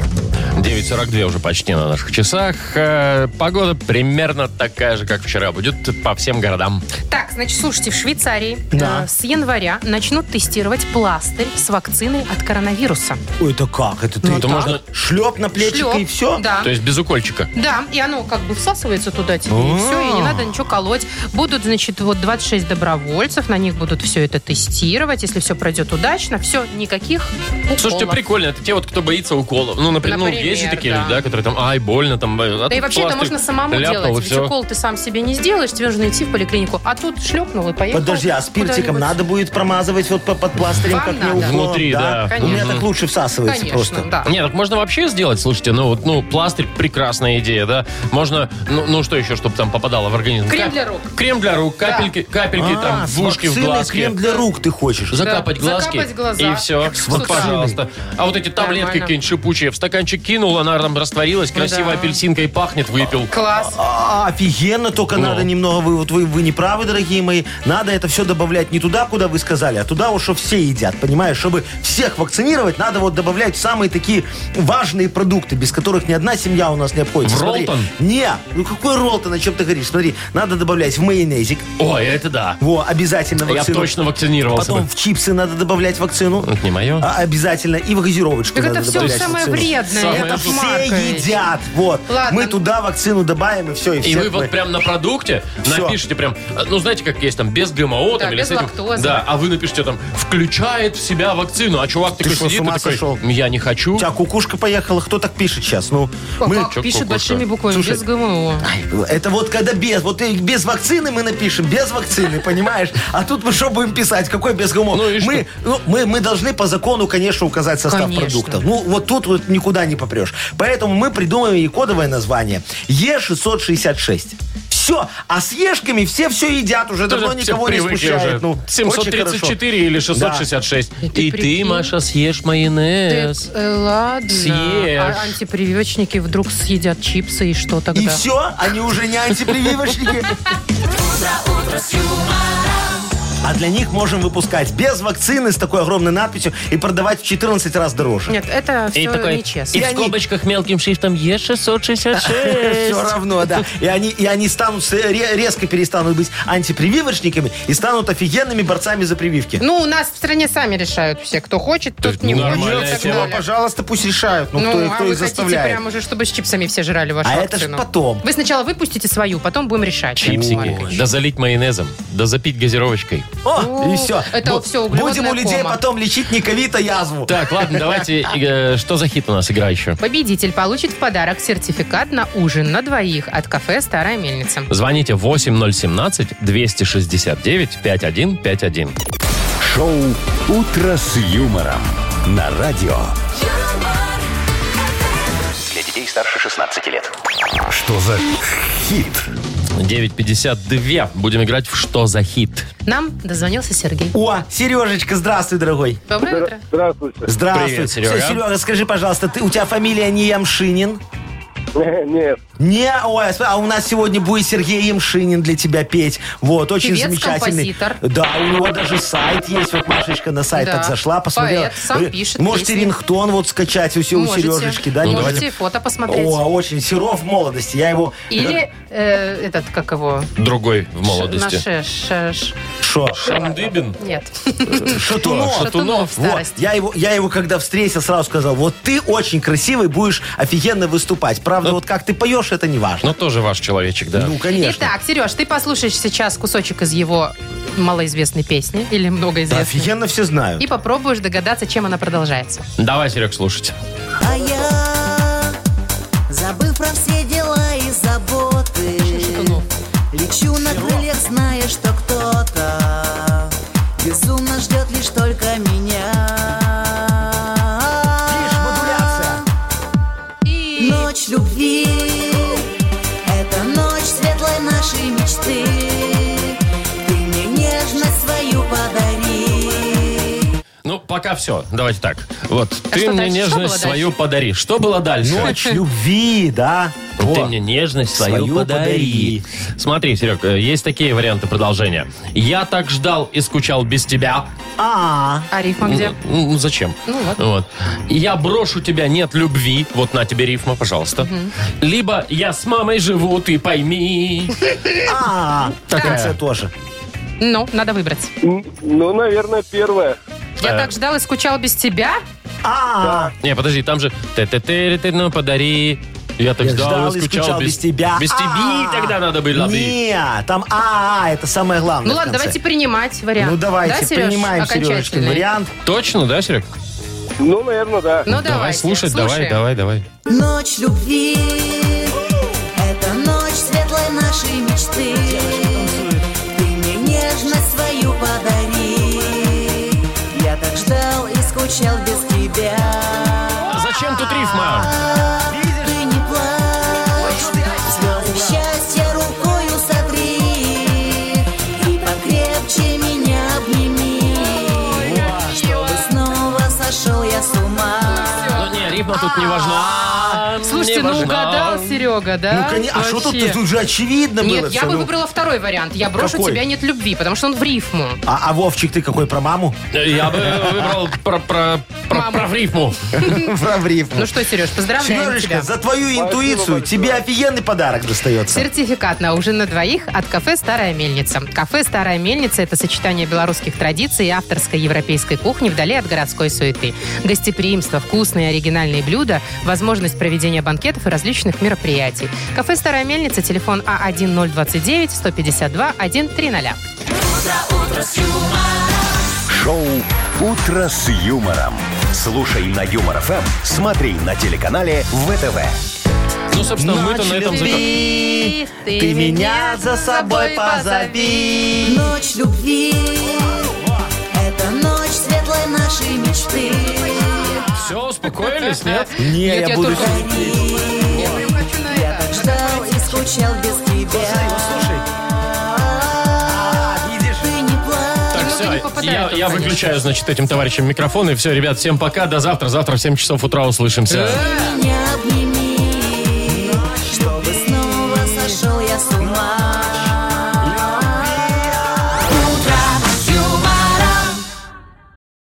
Speaker 1: 9.42 уже почти на наших часах. Э, Погода примерно такая же, как вчера. Будет по всем городам.
Speaker 2: Так, значит, слушайте, в Швейцарии
Speaker 3: Да.
Speaker 2: э, с января начнут тестировать пластырь с вакциной от коронавируса.
Speaker 3: Ой, это как? Это ты
Speaker 1: Ну, это можно-
Speaker 3: шлеп на плечико
Speaker 2: Шлеп,
Speaker 3: и все?
Speaker 2: Да.
Speaker 1: То есть без укольчика.
Speaker 2: Да, и оно как бы всасывается туда тебе, и все, и не
Speaker 3: А.
Speaker 2: надо ничего колоть. Будут, значит, вот 26 добровольцев, на них будут все это тестировать. Если все пройдет удачно, все, никаких уколов.
Speaker 1: Слушайте, прикольно. Это те вот, кто боится уколов. Ну, например, ну,
Speaker 2: Например,
Speaker 1: есть же такие
Speaker 2: да.
Speaker 1: люди, да, которые там, ай, больно, там... э, а
Speaker 2: Да и
Speaker 1: тут
Speaker 2: вообще это
Speaker 1: пластырь
Speaker 2: можно самому
Speaker 1: ляпнул,
Speaker 2: делать.
Speaker 1: и
Speaker 2: Ведь
Speaker 1: всё.
Speaker 2: укол ты сам себе не сделаешь, тебе нужно идти в поликлинику. А тут шлепнул и поехал.
Speaker 3: Подожди, а спиртиком
Speaker 2: куда-нибудь.
Speaker 3: надо будет промазывать вот по- под пластырем,
Speaker 2: Вам
Speaker 3: как не
Speaker 2: надо.
Speaker 1: Внутри, да.
Speaker 3: У меня
Speaker 2: Конечно.
Speaker 3: так лучше всасывается
Speaker 2: Конечно,
Speaker 3: просто.
Speaker 2: да.
Speaker 1: Нет, так можно вообще сделать, слушайте, ну вот, ну, пластырь прекрасная идея, да. Можно, ну, ну, что еще, чтобы там попадало в организм?
Speaker 2: Крем
Speaker 1: Кап-
Speaker 2: для рук.
Speaker 1: Крем для рук, капельки, капельки
Speaker 3: А,
Speaker 1: там
Speaker 3: с
Speaker 1: в ушки, в
Speaker 3: вакциной
Speaker 1: глазки.
Speaker 3: крем для рук ты хочешь.
Speaker 1: Закапать
Speaker 2: Да,
Speaker 1: глазки
Speaker 2: закапать глаза.
Speaker 1: и все.
Speaker 2: С
Speaker 1: Вот,
Speaker 2: утра.
Speaker 1: пожалуйста. А вот эти таблетки
Speaker 2: Нормально.
Speaker 1: какие-нибудь шипучие в стаканчик кинул, она там растворилась, красиво
Speaker 2: да.
Speaker 1: апельсинкой пахнет, выпил.
Speaker 2: Класс.
Speaker 3: А, офигенно, только
Speaker 1: Ну.
Speaker 3: надо немного, вы, вот вы, вы не правы, дорогие мои, надо это все добавлять не туда, куда вы сказали, а туда, вот, что все едят, понимаешь? Чтобы всех вакцинировать, надо вот добавлять самые такие важные продукты, без которых ни одна семья у нас не обходится.
Speaker 1: В
Speaker 3: Смотри.
Speaker 1: Ролтон?
Speaker 3: Не, ну какой Ролтон, о чем ты говоришь? Смотри, надо добавлять в майонезик,
Speaker 1: Ой, это да.
Speaker 3: во, обязательно
Speaker 1: Я
Speaker 3: вакцину.
Speaker 1: точно вакцинировался
Speaker 3: Потом
Speaker 1: бы.
Speaker 3: в чипсы надо добавлять вакцину.
Speaker 1: Это не мое.
Speaker 3: А, обязательно. И в газировочку
Speaker 2: Так
Speaker 3: надо
Speaker 2: это все
Speaker 3: добавлять
Speaker 2: самое
Speaker 3: вакцину.
Speaker 2: вредное.
Speaker 1: Самое
Speaker 3: Это
Speaker 2: Яков
Speaker 3: все
Speaker 2: Маркович.
Speaker 3: едят. Вот.
Speaker 2: Ладно.
Speaker 3: Мы туда вакцину добавим, и все. И,
Speaker 1: И
Speaker 3: всех
Speaker 1: вы
Speaker 3: мы-
Speaker 1: вот прям на продукте
Speaker 3: Всё.
Speaker 1: напишите прям, э, ну знаете, как есть там, без ГМО там,
Speaker 2: Да,
Speaker 1: или
Speaker 2: без
Speaker 1: с этим.
Speaker 2: лактозы.
Speaker 1: Да, а вы напишите там, включает в себя вакцину, а чувак такой
Speaker 3: что, с
Speaker 1: сидит и
Speaker 3: ума
Speaker 1: такой,
Speaker 3: сошел?
Speaker 1: я не хочу.
Speaker 3: У тебя кукушка поехала, кто так пишет сейчас? Ну,
Speaker 2: А
Speaker 3: мы...
Speaker 2: как
Speaker 1: чё,
Speaker 2: пишет
Speaker 1: кукуша?
Speaker 2: большими буквами,
Speaker 3: Слушай,
Speaker 2: без ГМО.
Speaker 3: Это вот когда без, вот и без вакцины мы напишем, без вакцины, понимаешь? А тут мы что будем писать? Какой без ГМО?
Speaker 1: Ну и
Speaker 3: мы, ну, мы, мы должны по закону, конечно, указать состав
Speaker 2: Конечно.
Speaker 3: продуктов. Ну, вот тут вот никуда не попрешь. Поэтому мы придумаем и кодовое название. Е666. Все, а с ешками все все едят, уже
Speaker 1: Тоже
Speaker 3: давно
Speaker 1: все
Speaker 3: никого не
Speaker 1: привыкли
Speaker 3: смущает.
Speaker 1: уже.
Speaker 3: Ну, очень хорошо.
Speaker 1: 734 или 666.
Speaker 2: Да. И ты
Speaker 1: И ты,
Speaker 2: прикинь.
Speaker 1: Маша, съешь майонез.
Speaker 2: Так, э, ладно.
Speaker 1: Съешь.
Speaker 2: А антипрививочники вдруг съедят чипсы и что тогда?
Speaker 3: И все, они уже не антипрививочники. А для них можем выпускать без вакцины с такой огромной надписью и продавать в 14 раз дороже.
Speaker 2: Нет, это
Speaker 1: И
Speaker 2: все
Speaker 1: такой,
Speaker 2: нечестно.
Speaker 1: и в
Speaker 3: они-
Speaker 1: скобочках мелким шрифтом
Speaker 3: (laughs) Все
Speaker 1: Е666.
Speaker 3: равно, да. И они, и они станут с- ре- резко перестанут быть антипрививочниками и станут офигенными борцами за прививки.
Speaker 2: Ну, у нас в стране сами решают все, кто хочет, тот
Speaker 1: есть
Speaker 2: не хочет.
Speaker 1: нормальная
Speaker 2: и так
Speaker 1: тема.
Speaker 2: далее.
Speaker 3: пожалуйста, пусть решают. Ну,
Speaker 2: Ну,
Speaker 3: кто, их-
Speaker 2: а
Speaker 3: кто
Speaker 2: вы
Speaker 3: их заставляет.
Speaker 2: хотите прям уже, чтобы с чипсами все жрали вашу
Speaker 3: А это
Speaker 2: вакцину?
Speaker 3: ж потом.
Speaker 2: Вы сначала выпустите свою, потом будем решать. Яков
Speaker 1: Чипсики.
Speaker 2: Маркович.
Speaker 1: Да залить майонезом. Да запить газировочкой.
Speaker 3: О, и все.
Speaker 2: это всё, углеводная
Speaker 3: Будем у людей
Speaker 2: кома.
Speaker 3: потом лечить не ковид, а язву.
Speaker 1: Так, ладно, давайте. э, Что за хит у нас игра еще?
Speaker 2: Победитель получит в подарок сертификат на ужин на двоих от кафе «Старая мельница».
Speaker 1: Звоните 8017-269-5151.
Speaker 4: Шоу «Утро с юмором» на радио.
Speaker 8: юмор,
Speaker 6: Для детей старше 16 лет.
Speaker 4: Что за хит?
Speaker 1: 9.52. Будем играть в «Что за хит?».
Speaker 2: Нам дозвонился Сергей.
Speaker 3: О, Сережечка, здравствуй, дорогой.
Speaker 2: Доброе утро.
Speaker 7: Здравствуйте.
Speaker 3: Здравствуй.
Speaker 1: Привет, Серега.
Speaker 3: Серега, скажи, пожалуйста, ты, у тебя фамилия не Ямшинин?
Speaker 7: Нет.
Speaker 3: Не, ой, а сп- а у нас сегодня будет Сергей Емшинин для тебя петь. Вот, очень
Speaker 2: Певец,
Speaker 3: замечательный.
Speaker 2: композитор.
Speaker 3: Да, у него даже сайт есть. Вот Машечка на сайт
Speaker 2: Да.
Speaker 3: так зашла, посмотрела.
Speaker 2: Поэт, сам
Speaker 3: Э,
Speaker 2: пишет
Speaker 3: Можете
Speaker 2: песни.
Speaker 3: рингтон вот скачать у себя у
Speaker 2: Можете.
Speaker 3: Сережечки, да?
Speaker 2: Можете
Speaker 3: Николай?
Speaker 2: и фото посмотреть.
Speaker 3: О, очень. Серов в молодости. Я его...
Speaker 2: Или э, этот, как его?
Speaker 1: Другой в
Speaker 2: Наш
Speaker 1: молодости.
Speaker 2: э, ш- ш-
Speaker 3: Шо?
Speaker 1: Шандыбин?
Speaker 2: Нет.
Speaker 3: Шатунов.
Speaker 2: Шатунов в
Speaker 3: Вот,
Speaker 2: старости.
Speaker 3: я его, я его когда встретил, сразу сказал, вот ты очень красивый, будешь офигенно выступать.
Speaker 2: Ну,
Speaker 3: Правда, вот как ты поешь, это не важно.
Speaker 1: Ну, тоже ваш человечек, да.
Speaker 3: Ну, конечно.
Speaker 2: Итак, Сереж, ты послушаешь сейчас кусочек из его малоизвестной песни или
Speaker 3: Да,
Speaker 2: многоизвестной.
Speaker 3: офигенно все знают.
Speaker 2: и попробуешь догадаться, чем она продолжается.
Speaker 1: Давай, Серег, слушать.
Speaker 8: А я, забыв про все дела и заботы, лечу на крыльях, зная, что кто-то безумно ждет лишь только
Speaker 3: Видишь,
Speaker 8: меня.
Speaker 3: модуляция.
Speaker 2: И...
Speaker 8: Ночь любви Это ночь светлой нашей мечты Ты мне нежность свою подари
Speaker 1: Ну, пока все. Давайте так. Вот. ты
Speaker 2: А что
Speaker 1: мне
Speaker 2: дальше? Что
Speaker 1: нежность
Speaker 2: было
Speaker 1: свою подари. Что было дальше?
Speaker 2: (laughs)
Speaker 3: Ночь любви, да.
Speaker 1: Ты
Speaker 3: Во.
Speaker 1: мне нежность свою,
Speaker 3: а Свою
Speaker 1: подари.
Speaker 3: подари.
Speaker 1: Смотри, Серег, э, есть такие варианты продолжения. Я так ждал и скучал без тебя.
Speaker 3: А,
Speaker 2: А рифма где?
Speaker 1: Ну, ну, зачем?
Speaker 2: Ну, вот.
Speaker 1: Я брошу тебя, нет любви. Вот на тебе рифма, пожалуйста. Либо я с мамой живу, ты пойми.
Speaker 3: а,
Speaker 1: Такая.
Speaker 3: Конце тоже.
Speaker 2: Ну, надо выбрать.
Speaker 7: Ну, наверное, первое.
Speaker 2: Я
Speaker 1: Э.
Speaker 2: так ждал и скучал без тебя.
Speaker 3: А,
Speaker 1: Не, подожди, там же ты ты ну подари. Я так
Speaker 3: Я
Speaker 1: ждал и скучал без тебя. Без тебя
Speaker 3: А.
Speaker 1: тогда надо было. бы.
Speaker 3: не, там а, это самое главное.
Speaker 2: Ну
Speaker 3: в
Speaker 2: ладно,
Speaker 3: конце.
Speaker 2: давайте принимать вариант.
Speaker 3: Ну
Speaker 2: Да,
Speaker 3: давайте,
Speaker 2: Сереж?
Speaker 3: принимаем ну,
Speaker 2: Окончательный.
Speaker 3: Сережечкин вариант.
Speaker 1: Точно, да, Серег?
Speaker 7: Ну, наверное, да.
Speaker 2: Ну давайте.
Speaker 1: Давай слушать, давай,
Speaker 2: слушаем.
Speaker 1: давай, давай.
Speaker 8: Ночь любви Это ночь светлой нашей мечты Ты мне нежность свою подари Я так ждал и скучал без тебя
Speaker 1: А Зачем тут рифма?
Speaker 8: Ты не плачь, слезы счастья рукою сотри И покрепче меня обними Чтобы снова сошел я с ума
Speaker 1: Ну не, рифма тут не важна.
Speaker 2: А. Слушайте,
Speaker 1: Не
Speaker 2: ну
Speaker 1: важна.
Speaker 2: угадал Серега, да?
Speaker 3: Ну, коне- а что тут,
Speaker 2: Вообще.
Speaker 3: тут же очевидно было
Speaker 2: Нет, я
Speaker 3: всё,
Speaker 2: бы
Speaker 3: ну.
Speaker 2: выбрала второй вариант. Я брошу
Speaker 3: Какой?
Speaker 2: тебя, нет любви, потому что он в рифму.
Speaker 3: А, а Вовчик, ты какой про маму?
Speaker 1: Я бы выбрал про, про, про,
Speaker 2: Мама.
Speaker 1: про рифму.
Speaker 3: Про рифму.
Speaker 2: Ну что, Сереж, поздравляем тебя.
Speaker 3: Сережечка, за твою интуицию тебе офигенный подарок достается.
Speaker 2: Сертификат на ужин на двоих от кафе «Старая мельница». Кафе «Старая мельница» — это сочетание белорусских традиций и авторской европейской кухни вдали от городской суеты. Гостеприимство, вкусные и оригинальные блюда, возможность проведения банкетов и различных мероприятий. Кафе «Старая мельница», телефон А А1029-152-130.
Speaker 4: Шоу «Утро с юмором». Слушай на Юмор ФМ, смотри на телеканале ВТВ.
Speaker 1: Ну, собственно, мы-то на этом закон-
Speaker 3: любви, ты меня за собой позови.
Speaker 8: Ночь любви Это ночь светлой нашей мечты
Speaker 1: Все, успокоились, нет?
Speaker 3: Не,
Speaker 2: Нет,
Speaker 3: я,
Speaker 2: я
Speaker 3: буду...
Speaker 2: только-
Speaker 8: Ждал и скучал без тебя
Speaker 3: Слушай. А, видишь?
Speaker 8: Ты не плачь,
Speaker 1: Так,
Speaker 2: Немного не
Speaker 1: все,
Speaker 2: попадает
Speaker 1: я,
Speaker 2: он,
Speaker 1: я
Speaker 2: конечно.
Speaker 1: выключаю, значит, этим товарищам микрофон. И все, ребят, всем пока, до завтра. Завтра в 7 часов утра услышимся.
Speaker 8: меня обними